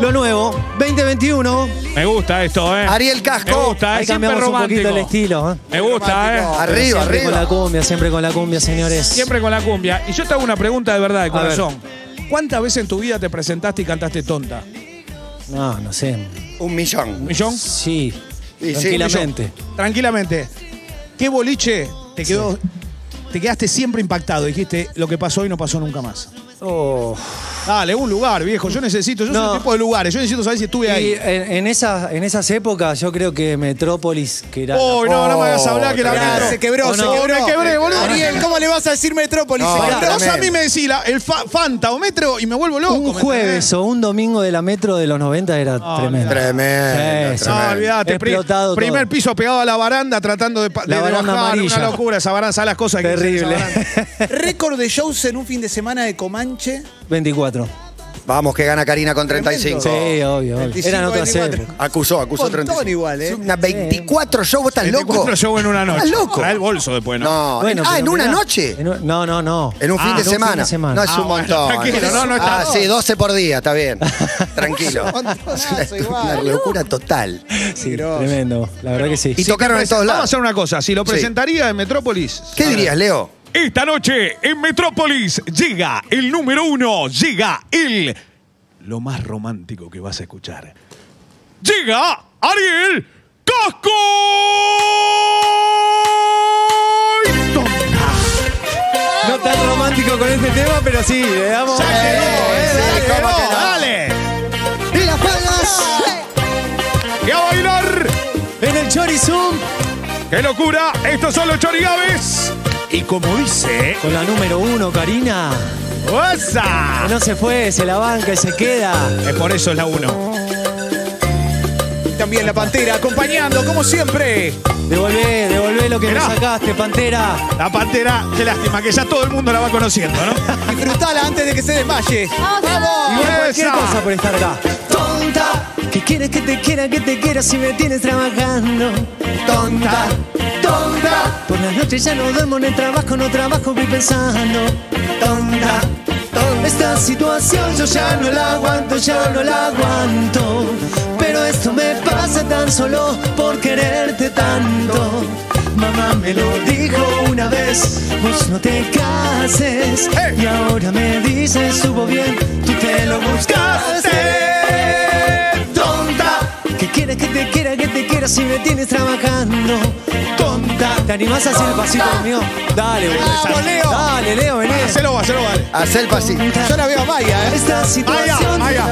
Speaker 10: Lo nuevo, 2021.
Speaker 2: Me gusta esto, ¿eh?
Speaker 4: Ariel Casco.
Speaker 2: Me gusta,
Speaker 10: Ahí
Speaker 2: es siempre
Speaker 10: cambiamos un
Speaker 2: romántico.
Speaker 10: poquito el estilo. ¿eh?
Speaker 2: Me gusta, ¿eh?
Speaker 4: Arriba,
Speaker 10: siempre con la
Speaker 4: arriba.
Speaker 10: cumbia, siempre con la cumbia, señores.
Speaker 2: Siempre con la cumbia. Y yo te hago una pregunta de verdad, de
Speaker 10: ver.
Speaker 2: corazón. ¿Cuántas veces en tu vida te presentaste y cantaste tonta?
Speaker 10: No, no sé.
Speaker 4: Un
Speaker 2: ¿Un
Speaker 4: millón.
Speaker 2: millón?
Speaker 10: Sí,
Speaker 4: Y sí,
Speaker 10: tranquilamente.
Speaker 2: Tranquilamente. ¿Qué boliche te quedó? Te quedaste siempre impactado. Dijiste, lo que pasó hoy no pasó nunca más.
Speaker 10: Oh.
Speaker 2: Dale, un lugar, viejo. Yo necesito, yo
Speaker 10: No.
Speaker 2: soy un tipo de lugares. Yo necesito saber si estuve
Speaker 10: Y
Speaker 2: ahí.
Speaker 10: en, en esas, en esas épocas yo creo que Metrópolis, que era...
Speaker 2: Uy, no, no me hagas hablar que la
Speaker 3: Ya,
Speaker 2: metro-
Speaker 3: se quebró,
Speaker 10: ¿O
Speaker 3: se
Speaker 10: Oh, no?
Speaker 3: quebró.
Speaker 2: Me quebré, boludo.
Speaker 3: Ariel, ¿cómo le vas a decir Metrópolis?
Speaker 4: No,
Speaker 3: Se
Speaker 2: Pará,
Speaker 3: quebró.
Speaker 2: vos a mí me decís la- el fa- Fanta o Metro y me vuelvo loco. ¿me
Speaker 10: un
Speaker 2: entendés?
Speaker 10: jueves o un domingo de la Metro de los 90 era tremendo.
Speaker 4: Tremendo,
Speaker 10: Sí, sí.
Speaker 2: Ah, No,
Speaker 4: tremendo.
Speaker 2: Ah, olvídate. pri-
Speaker 10: Explotado
Speaker 2: primer
Speaker 10: todo.
Speaker 2: piso pegado a la baranda tratando de, pa-
Speaker 10: La
Speaker 2: de- de
Speaker 10: baranda
Speaker 2: bajar.
Speaker 10: amarilla.
Speaker 2: Una locura. Esa baranda, ¿sabes las cosas que dicen de esa
Speaker 10: Terrible.
Speaker 2: baranda?
Speaker 3: Récord de shows en un fin de semana de Comanche.
Speaker 10: 24.
Speaker 4: Vamos, que gana Karina con 35.
Speaker 10: Sí, obvio, obvio.
Speaker 3: 25,
Speaker 10: Eran otras
Speaker 3: 24.
Speaker 10: épocas.
Speaker 4: Acusó, acusó
Speaker 3: Un montón
Speaker 4: 35.
Speaker 3: igual, ¿eh?
Speaker 4: Es Una 24 shows, ¿vos estás
Speaker 2: 24
Speaker 4: loco?
Speaker 2: shows en una noche.
Speaker 4: ¿Estás loco?
Speaker 2: Trae el bolso después, ¿no?
Speaker 4: No,
Speaker 10: Bueno,
Speaker 4: ah,
Speaker 10: pero
Speaker 4: en una
Speaker 10: mirá,
Speaker 4: noche.
Speaker 10: en un- no, no, no.
Speaker 4: En un
Speaker 10: Ah,
Speaker 4: fin de semana. No es
Speaker 10: Ah,
Speaker 4: un montón.
Speaker 2: tranquilo, no, no está
Speaker 4: Ah,
Speaker 2: mal.
Speaker 4: sí, 12 por día, está bien. Tranquilo.
Speaker 3: montonazo
Speaker 4: Es una,
Speaker 3: igual.
Speaker 4: locura total.
Speaker 10: sí, tremendo. La verdad que sí.
Speaker 4: Y tocaron en todos
Speaker 2: Vamos a
Speaker 4: lados.
Speaker 2: hacer una cosa. Si lo
Speaker 4: Sí.
Speaker 2: presentaría en Metrópolis.
Speaker 4: ¿Qué dirías, Leo?
Speaker 2: Esta noche en Metrópolis llega el número uno, llega el. Lo más romántico que vas a escuchar. Llega Ariel Casco.
Speaker 10: No tan romántico con este tema, pero sí, le damos... Eh,
Speaker 4: Sí, ¿cómo que no?
Speaker 2: eh, ¡Dale!
Speaker 4: ¡Y las palmas!
Speaker 2: ¡Y a bailar!
Speaker 10: En el Chori Zoom,
Speaker 2: ¡Qué locura! Estos son los chorigaves. Y como dice.
Speaker 10: con la número uno, Karina.
Speaker 2: ¡Osa!
Speaker 10: que No se fue, se la banca y se queda.
Speaker 2: Es por eso es la uno.
Speaker 3: También la Pantera acompañando, como siempre.
Speaker 10: Devolvé, devolvé lo que me
Speaker 2: Mirá.
Speaker 10: sacaste, Pantera.
Speaker 2: La pantera, qué lástima, que ya todo el mundo la va conociendo, ¿no?
Speaker 3: Disfrutala antes de que se desmaye.
Speaker 10: Y
Speaker 2: ¡Esa!
Speaker 10: cualquier cosa por estar acá. Tonta, que quieres que te quiera, que te quiera si me tienes trabajando. Tonta, tonta. Por las noches ya no duermo en el trabajo, no trabajo, voy pensando. Tonta, tonta. Esta situación yo ya no la aguanto, ya no la aguanto. Pero esto me pasa tan solo por quererte tanto. Mamá me lo dijo una vez, vos no te cases. Y ahora me dices, subo bien, tú te lo buscaste. Tonta, que quieres que te quiera, que te quiera si me tienes trabajando. Tonta, ¿te animás a hacer el pasito mío? Dale, boludo.
Speaker 3: Leo.
Speaker 10: Dale, Leo, vení.
Speaker 3: Eh,
Speaker 2: Hacelo, hacelo, vale.
Speaker 4: Hacé el pasito.
Speaker 3: Yo la veo a Maya, ¿eh?
Speaker 10: Esta situación.
Speaker 2: Maya.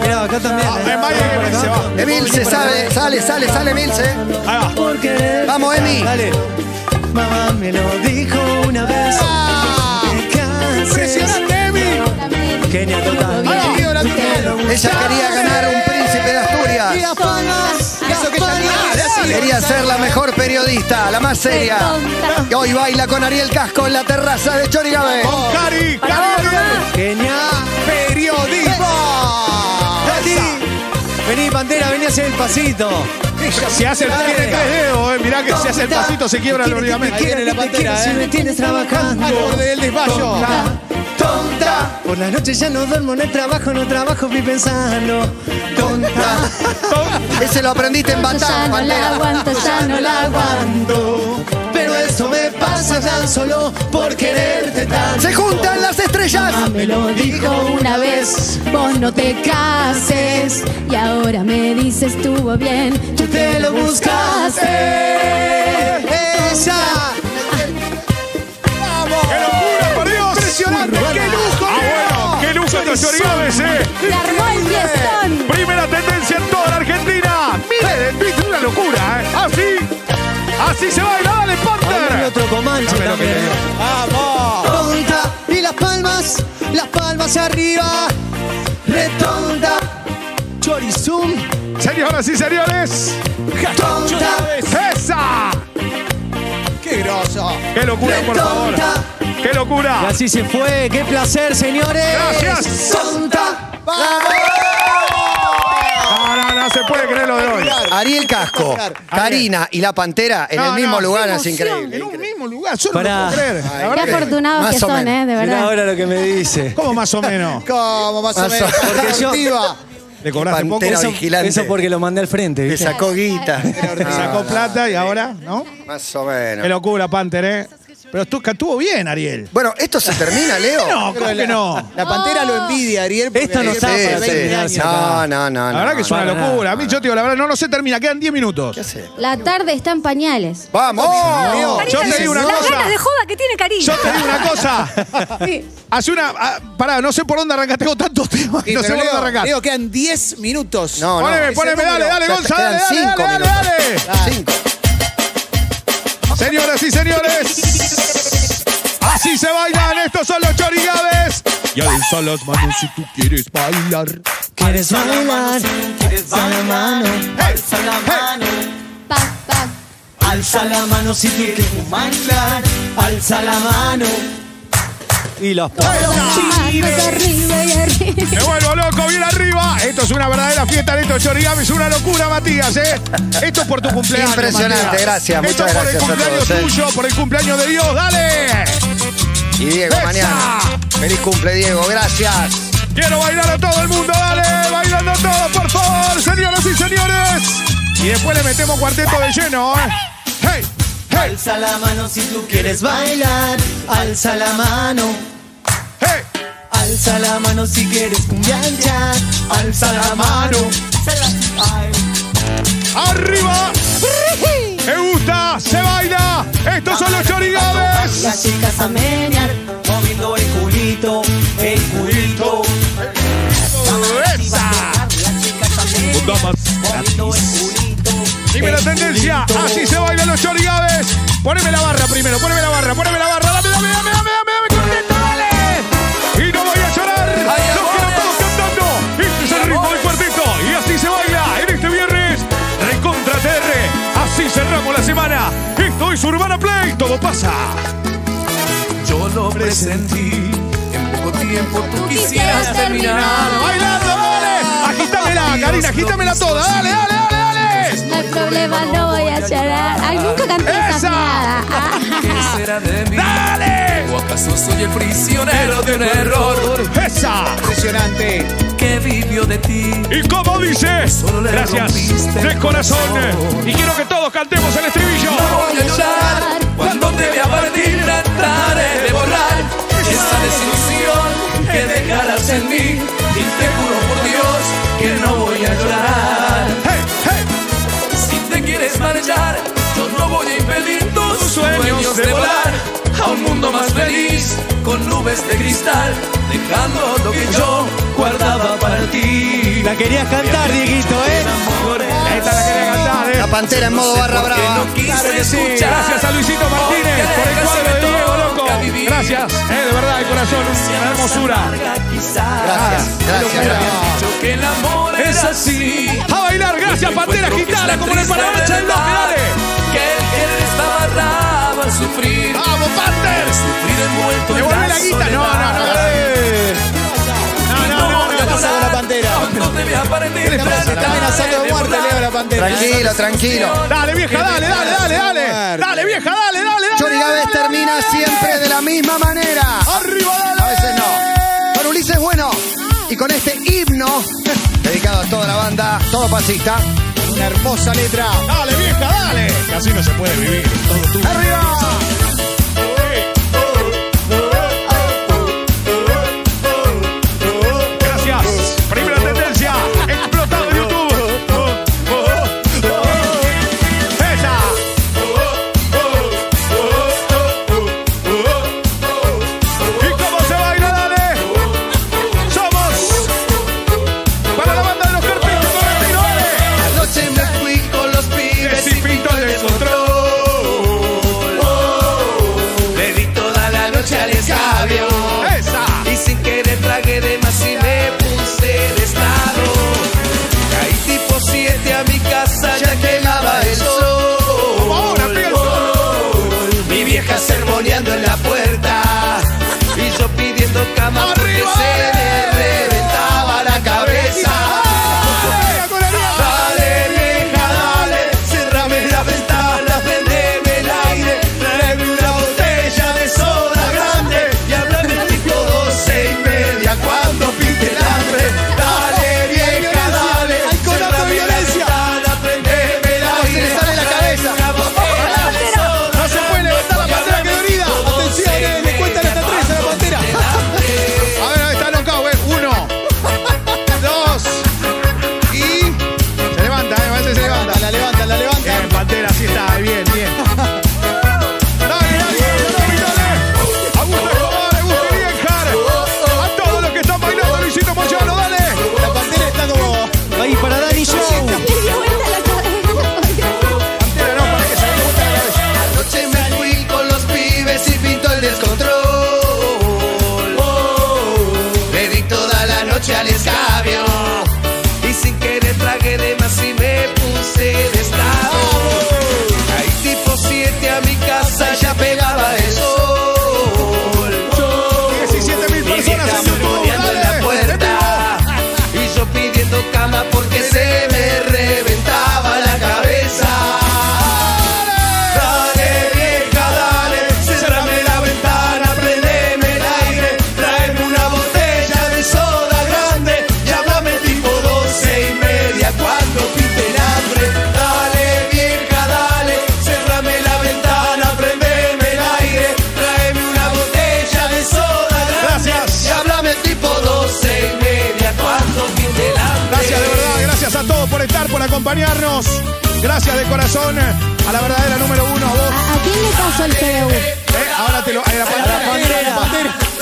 Speaker 10: Mirá, acá también.
Speaker 2: Ah,
Speaker 10: eh.
Speaker 2: eh, Maya que
Speaker 10: Acá.
Speaker 2: se va.
Speaker 4: Emilce, sale, sale, sale, sale, Emilce.
Speaker 2: Ahí va.
Speaker 10: Porque-
Speaker 4: Vamos, Emi.
Speaker 10: Dale. Mamá me lo dijo una vez. Te canses.
Speaker 3: Ah. ¡Impresionante, Emi!
Speaker 10: Genia total.
Speaker 3: Bienvenido, la tuya.
Speaker 4: Ella quería ganar un príncipe de Asturias.
Speaker 3: Eso que ya ni-
Speaker 15: Dale.
Speaker 4: Quería ser la mejor periodista, la más seria. Y hoy baila con Ariel Casco en la terraza de Chorigabe.
Speaker 7: Oh.
Speaker 16: Con Cari, Cari,
Speaker 3: Genial.
Speaker 16: periodismo.
Speaker 3: Vení, Pantera, vení a hacer el pasito.
Speaker 2: Se hace el tiene tres dedos, eh. Mirá que se hace el pasito, se quiebra el ligamento.
Speaker 3: Ahí viene la Pantera, Si me tienes trabajando.
Speaker 16: Al borde del desmayo.
Speaker 3: Tonta, tonta. Por la noche ya no duermo, no trabajo, no trabajo, fui pensando. Tonta,
Speaker 4: Ese lo aprendiste en
Speaker 7: Ya
Speaker 4: Batán,
Speaker 7: no la
Speaker 4: Pantera.
Speaker 7: aguanto, ya
Speaker 3: ya no la aguanto. Pero esto me pasa tan solo por quererte tanto.
Speaker 4: Se juntan las estrellas.
Speaker 7: Me lo dijo una vez, vos no te cases. Y ahora me dices, estuvo bien, tú
Speaker 3: Te lo buscaste. Ella.
Speaker 2: ¡Qué locura, por Dios! ¡Impresionante! ¡Qué lujo! ¡Ah, bueno! ¡Qué lujo estos Chorigaves, eh!
Speaker 7: Te armó el fiestón.
Speaker 2: Primera tendencia en toda la Argentina. Mire, el Twitter, una locura, ¿eh? Así. Así se baila, dale,
Speaker 3: Ahí hay
Speaker 2: Panther.
Speaker 3: otro comanche
Speaker 2: Dame lo que
Speaker 3: también. ¡Vamos! Tonta y las palmas, las palmas arriba. Retonda, chorizum,
Speaker 2: Señoras y señores,
Speaker 3: tonta,
Speaker 2: ¡esa!
Speaker 16: Qué groso.
Speaker 2: ¡Qué locura, por favor!
Speaker 3: retonta.
Speaker 2: ¡Qué
Speaker 3: Y
Speaker 2: locura!
Speaker 3: así se fue, qué placer, señores.
Speaker 2: Gracias.
Speaker 3: Tonta.
Speaker 2: No, no, no se puede creer lo de hoy.
Speaker 4: Ariel Casco, Karina y la Pantera en
Speaker 2: No,
Speaker 4: el mismo
Speaker 2: no,
Speaker 4: lugar,
Speaker 2: qué
Speaker 4: es
Speaker 2: En
Speaker 4: increíble.
Speaker 2: un mismo lugar, solo
Speaker 3: Pará.
Speaker 2: no puedo creer. La
Speaker 7: Qué
Speaker 2: verdad que-
Speaker 7: afortunados
Speaker 4: más
Speaker 7: que
Speaker 4: o
Speaker 7: son,
Speaker 4: menos.
Speaker 7: ¿eh? De
Speaker 3: Mirá
Speaker 7: verdad.
Speaker 3: ahora lo que me dice.
Speaker 2: ¿Cómo más o menos?
Speaker 4: Ah.
Speaker 16: ¿Cómo más o
Speaker 4: Más o-
Speaker 16: menos?
Speaker 3: Porque yo-
Speaker 16: Deportiva.
Speaker 2: ¿Le cobraste poco?
Speaker 4: Pantera
Speaker 2: Eso-
Speaker 4: vigilante.
Speaker 3: Eso porque lo mandé al frente,
Speaker 4: Le
Speaker 3: ¿viste?
Speaker 4: sacó guita.
Speaker 2: Te sacó
Speaker 4: Ah,
Speaker 2: plata y ahora, ¿no?
Speaker 4: Más o
Speaker 2: Qué
Speaker 4: menos.
Speaker 2: locura, Panther, ¿eh? Pero estuvo, estuvo bien, Ariel.
Speaker 4: Bueno, ¿esto se termina, Leo?
Speaker 2: No, ¿cómo que no?
Speaker 16: La pantera
Speaker 3: Ah.
Speaker 16: lo envidia, Ariel. porque
Speaker 3: Esto no
Speaker 16: Ariel
Speaker 3: está
Speaker 16: tiene
Speaker 3: para
Speaker 16: 20
Speaker 3: terminar,
Speaker 16: años.
Speaker 3: sí.
Speaker 4: No, no, no.
Speaker 2: La verdad que es una
Speaker 3: no,
Speaker 2: locura. A mí, yo te digo, la verdad, no, no se termina. Quedan 10 minutos.
Speaker 7: La tarde está en pañales.
Speaker 4: ¡Vamos!
Speaker 2: Oh, Yo te digo una
Speaker 15: Las
Speaker 2: cosa.
Speaker 15: ganas de joda que tiene Karina.
Speaker 2: Yo te digo una cosa. Hace una. ah, pará, no sé por dónde arrancaste con tantos temas.
Speaker 16: Sí, pero
Speaker 2: No sé por dónde
Speaker 16: Leo,
Speaker 2: arrancaste.
Speaker 16: Leo, quedan 10 minutos.
Speaker 4: No, no.
Speaker 2: Poneme,
Speaker 4: Ese
Speaker 2: poneme, dale,
Speaker 4: número.
Speaker 2: dale,
Speaker 4: Ya
Speaker 2: Gonza,
Speaker 4: te
Speaker 2: dale,
Speaker 4: quedan
Speaker 2: dale,
Speaker 4: cinco
Speaker 2: dale, dale,
Speaker 4: minutos. Cinco.
Speaker 2: Señoras y señores, así se bailan. Estos son los chorigaves. Y alza las manos si tú quieres bailar.
Speaker 3: ¿Quieres bailar? Alza la mano, alza la mano.
Speaker 7: Pa, pa.
Speaker 3: Alza la mano si tú quieres bailar. Alza la mano. Y los
Speaker 7: Manos arriba y arriba.
Speaker 2: Me vuelvo loco, bien arriba. Esto es una verdadera fiesta de estos chorigaves. Una locura, Matías, ¿eh? Esto es por tu cumpleaños.
Speaker 4: Impresionante,
Speaker 2: Matías.
Speaker 4: gracias,
Speaker 2: Esto
Speaker 4: muchas
Speaker 2: es por
Speaker 4: gracias a
Speaker 2: el cumpleaños
Speaker 4: todos, ¿eh?
Speaker 2: tuyo, por el cumpleaños de Dios. ¡Dale!
Speaker 4: Y Diego,
Speaker 2: ¡Esa!
Speaker 4: mañana. Feliz cumple, Diego. Gracias.
Speaker 2: Quiero bailar a todo el mundo, dale, bailando todo, por favor, señoras y señores. Y después le metemos cuarteto de lleno, ¿eh? ¡Hey! ¡Hey!
Speaker 3: Alza la mano si tú quieres bailar, alza la mano,
Speaker 2: ¡Hey!
Speaker 3: alza la mano si quieres cumbianchar, alza la mano.
Speaker 2: ¡Arriba! ¡Me gusta! ¡Se baila! ¡Estos son los chorigaves!
Speaker 3: chicas a menear, moviendo el culito, el culito.
Speaker 2: ¡Esa! Punta más. Dime la tendencia, así se bailan los chorigaves. Poneme la barra primero, poneme la barra, poneme la barra, dame, dame, dame, dame, dame, dame, cuarteto, dale. Y no voy a llorar, los quiero todos cantando. Este es el ritmo del cuarteto y así se baila en este viernes. Recontra TR, así cerramos la semana. Esto es Urbana Play, todo pasa.
Speaker 1: Yo lo presentí. En poco tiempo tú quisieras terminar.
Speaker 2: Bailando, dale. Agítamela, Karina, agítamela toda, dale, dale, dale, dale.
Speaker 7: No hay problema, no voy a llorar. Ay, nunca canté esa
Speaker 2: ¡Esa!
Speaker 7: mirada. Ah,
Speaker 1: ¿Qué será de mí?
Speaker 2: ¡Dale!
Speaker 1: ¿O acaso soy el prisionero de un error
Speaker 2: ¡Esa!
Speaker 16: Impresionante.
Speaker 1: que vivió de ti?
Speaker 2: Y como dice,
Speaker 1: Solo le
Speaker 2: gracias
Speaker 1: rompiste
Speaker 2: de
Speaker 1: el
Speaker 2: corazón.
Speaker 1: corazón.
Speaker 2: Y quiero que todos cantemos el estribillo.
Speaker 1: Voy a llorar cuando te vea partir trataré de borrar esa desilusión que dejarás en mí y te juro por Dios que no voy a llorar
Speaker 2: Hey, hey.
Speaker 1: si te quieres marchar yo no voy a impedir tus sueños de volar a un mundo más feliz con nubes de cristal dejando lo que yo guardaba para ti
Speaker 3: La querías cantar, Dieguito, ¿eh?
Speaker 1: amor
Speaker 2: esta la quería cantar, ¿eh?
Speaker 4: La pantera en modo barra brava.
Speaker 2: Claro que sí. Gracias a Luisito Martínez por el cuadro de Diego, loco. Gracias, eh, de verdad, de corazón, una hermosura.
Speaker 1: Ah,
Speaker 4: Gracias, gracias, gracias.
Speaker 2: Es así. A bailar, gracias, Pantera Gitana, como en el Paranacha del Norte, dale. Que el que les barraba sufrir. ¡Vamos, Panther!
Speaker 3: Devuelve la guita. No, no, no. No, no, no. ¿Qué pasa con la pantera?
Speaker 2: ¿Qué les pasa?
Speaker 3: Está amenazando de muerte, Leo, la pantera.
Speaker 4: Tranquilo, tranquilo.
Speaker 2: Dale, vieja, dale, dale, dale, dale. Dale, vieja, dale, dale, dale.
Speaker 4: Chori Gávez termina siempre de la misma manera.
Speaker 2: Arriba, dale.
Speaker 4: A veces no. Con Ulises Bueno y con este himno dedicado a toda la banda, todo pasista.
Speaker 3: Una hermosa letra.
Speaker 2: Dale, vieja, dale. Casi no se puede vivir. Todo tú. ¡Arriba! Gracias. Primera tendencia. Explotado en YouTube. Esa. ¿Y cómo se baila, dale? Somos para la banda de los carteles. dale.
Speaker 4: Anoche me fui con los pibes
Speaker 2: Ese pinto de
Speaker 1: Oh, Le di toda la noche al escabio.
Speaker 2: Esa.
Speaker 1: Y sin querer tragué de más y me puse de estado. Caí tipo 7 a mi casa, ya quemaba el sol.
Speaker 2: Ahora, Miguel.
Speaker 1: Mi vieja sermoneando en la puerta y yo pidiendo cama porque
Speaker 2: ¡Arriba,
Speaker 1: se me reventaba la cabeza. Dale, vieja, dale, cerrame la ventana, prendeme el aire, tráeme una botella de soda grande y háblame tipo doce y media cuando pinte el hambre. Dale, vieja, dale, cerrame la ventana, prendeme el aire.
Speaker 4: le sale la cabeza.
Speaker 1: Una botella de soda
Speaker 3: No se puede levantar la pantera que brilla. Atención, eh, me cuentan hasta tres a la pantera.
Speaker 2: A ver, ahí está knockout, eh. Uno, dos y. Se levanta, eh. Parece que se levanta.
Speaker 3: Levanta, la levanta, la levanta.
Speaker 2: Bien, Pantera, así está, bien, bien. Dale, dale, dale, dale. Augusto Escobar, Agustín Lienhard. A todos los que están bailando, Luisito Moyano, dale.
Speaker 3: La pantera está como.
Speaker 17: Ahí para Dani Show.
Speaker 18: Me dio vuelta la cabeza.
Speaker 2: Pantera, no, para que se le gusta la cabeza.
Speaker 1: Anoche me fui con los pibes y pinto el descontrol. Le di toda la noche al escabio. Y sin querer tragué de más y me puse de estado. Ahí tipo 7 a mi casa ya pegaba el sol.
Speaker 2: 17 mil
Speaker 1: Mi vieja
Speaker 2: personas en YouTube,
Speaker 1: merodeando en la
Speaker 2: dale. En vivo.
Speaker 1: puerta y yo pidiendo cama porque se me reventaba la cabeza. Dale vieja, dale, cerrame la ventana, prendeme el aire, tráeme una botella de soda grande y háblame tipo doce y media cuando pinte el hambre. Dale vieja, dale, cerrame la ventana, prendeme el aire, tráeme una botella de soda grande.
Speaker 2: Gracias.
Speaker 1: Y háblame tipo 12 y media cuando pinte el hambre.
Speaker 2: Gracias de verdad, gracias a todos por estar, por acompañarnos. Gracias de corazón eh, a la verdadera número uno, a vos.
Speaker 7: ¿A, a quién le pasó el PDU?
Speaker 2: Eh, ahora te lo. A la pantera,
Speaker 3: pantera.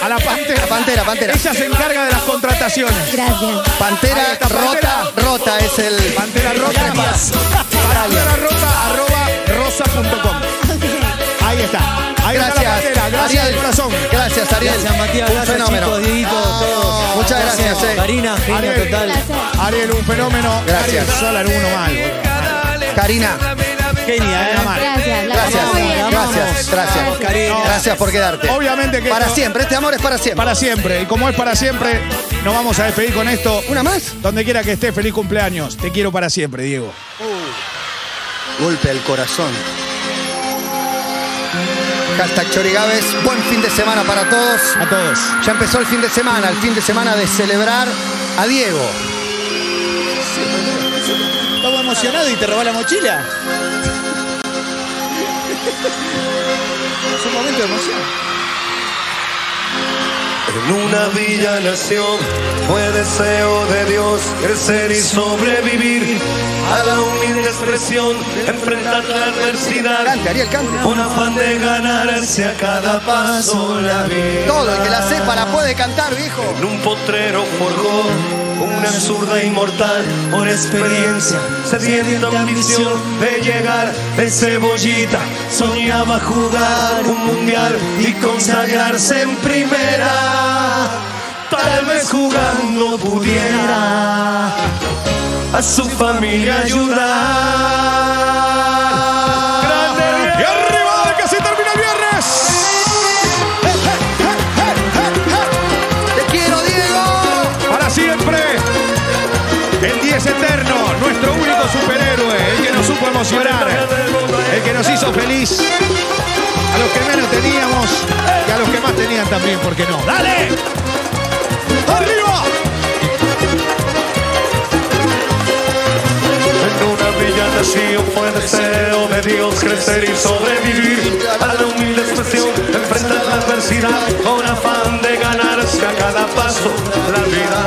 Speaker 2: a la pantera.
Speaker 4: La pantera, pantera.
Speaker 2: Ella se encarga de las contrataciones.
Speaker 7: Gracias.
Speaker 4: Pantera
Speaker 2: está, Pantera.
Speaker 4: rota, rota es el.
Speaker 2: Pantera Rota.
Speaker 4: Otra más.
Speaker 2: Pantera Rota, arroba rosa.com. Ahí está. Ahí está la
Speaker 4: Gracias,
Speaker 2: pantera. Gracias de
Speaker 4: Ariel.
Speaker 2: corazón.
Speaker 4: Gracias, Ariel.
Speaker 17: Gracias, Matías.
Speaker 4: Un
Speaker 17: gracias,
Speaker 4: fenómeno.
Speaker 17: chicos, Dieguito,
Speaker 4: Ah,
Speaker 17: todos.
Speaker 4: muchas gracias, eh.
Speaker 17: Karina, genia
Speaker 2: Ariel.
Speaker 17: total.
Speaker 2: Ariel, un fenómeno.
Speaker 4: Gracias.
Speaker 2: Ariel Sola en uno mal.
Speaker 4: Karina,
Speaker 17: Genia, eh.
Speaker 2: Era mal.
Speaker 7: Gracias. La
Speaker 4: gracias,
Speaker 7: pasamos muy bien.
Speaker 4: gracias, gracias.
Speaker 17: Karina.
Speaker 4: Gracias por quedarte.
Speaker 2: Obviamente que
Speaker 4: Para
Speaker 2: esto-
Speaker 4: siempre, este amor es para siempre.
Speaker 2: Para siempre. Y como es para siempre, nos vamos a despedir con esto.
Speaker 4: ¿Una más?
Speaker 2: Donde quiera que estés, feliz cumpleaños. Te quiero para siempre, Diego.
Speaker 4: Golpe al corazón. Hashtag Chorigaves, buen fin de semana para todos.
Speaker 2: A todos.
Speaker 4: Ya empezó el fin de semana, el fin de semana de celebrar a Diego.
Speaker 3: Estamos emocionados y te robó la mochila. Es un momento de emoción.
Speaker 19: En una villa nació, fue deseo de Dios crecer y sobrevivir a la humilde expresión, enfrentar la adversidad,
Speaker 4: Cante, Ariel, cante.
Speaker 19: un afán de ganarse a cada paso la vida.
Speaker 4: Todo el que la sepa la puede cantar, viejo.
Speaker 19: En un potrero forjó
Speaker 1: una zurda inmortal por experiencia, sedienta ambición de llegar de cebollita, soñaba jugar un mundial y consagrarse en primera, tal vez jugando pudiera a su familia ayudar. ¡Grande
Speaker 2: Y arriba de que se termina el viernes.
Speaker 4: ¡Te quiero, Diego!
Speaker 2: Para siempre. El 10 eterno, nuestro único superhéroe, el que nos supo emocionar, el que nos hizo feliz. A los que menos teníamos y a los que más tenían también, ¿por qué no? ¡Dale! ¡Arriba!
Speaker 1: En una villa nació fue deseo de Dios crecer y sobrevivir a la humilde expresión, enfrentar la adversidad con afán de ganarse a cada paso la vida.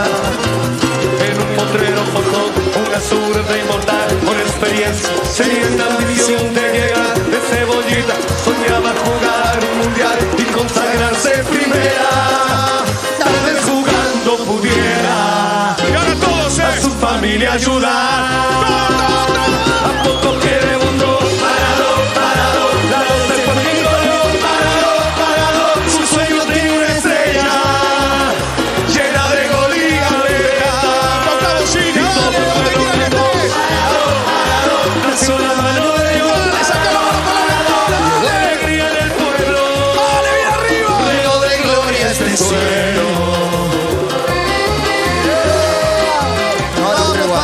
Speaker 1: En un potrero forjó una zurda inmortal con experiencia, sedienta ambición de llegar de cebollita, soñaba jugar un mundial y consagrarse en primera. Tal vez jugando pudiera
Speaker 2: Y ahora todos,
Speaker 1: a su
Speaker 2: ¿eh?
Speaker 1: familia ayudar. ¿A poco quiere un gol? Parado, parado, la voz del partido León. Parado, parado, su sueño tiene una estrella llena de gol y alegría. Y todo pueblo cantó, Parado, parado, nació la mano de gol. Parado, la alegría del pueblo. Luego de gloria este suelo.
Speaker 4: Ahora otro igual.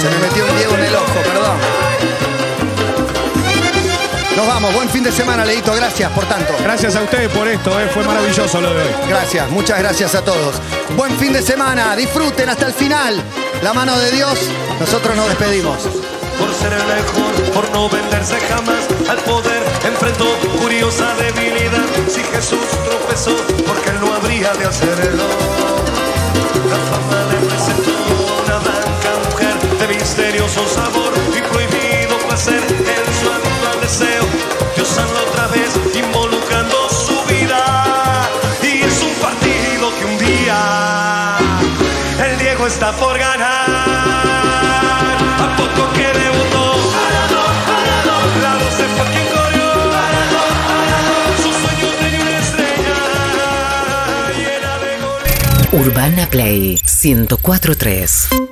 Speaker 4: Se me metió un Diego en el ojo, perdón. Nos vamos, buen fin de semana, Leito. Gracias por tanto.
Speaker 2: Gracias a ustedes por esto, ¿eh? fue maravilloso lo de hoy.
Speaker 4: Gracias, muchas gracias a todos. Buen fin de semana, disfruten hasta el final. La mano de Dios, nosotros nos despedimos.
Speaker 1: por ser el mejor, por no venderse jamás al poder, enfrentó curiosa debilidad. Si Jesús tropezó, porque él no habría de hacerlo. La fama le presentó una blanca mujer de misterioso sabor y prohibido placer en su actual deseo. Dios sanó otra vez, involucrando su vida. Y es un partido que un día el Diego está por ganar. ¿A poco que debutó? Parado, parado. La 12 fue quien corrió. Parado, parado. Su sueño tenía una estrella llena de gol y
Speaker 20: Urbana Play 1043.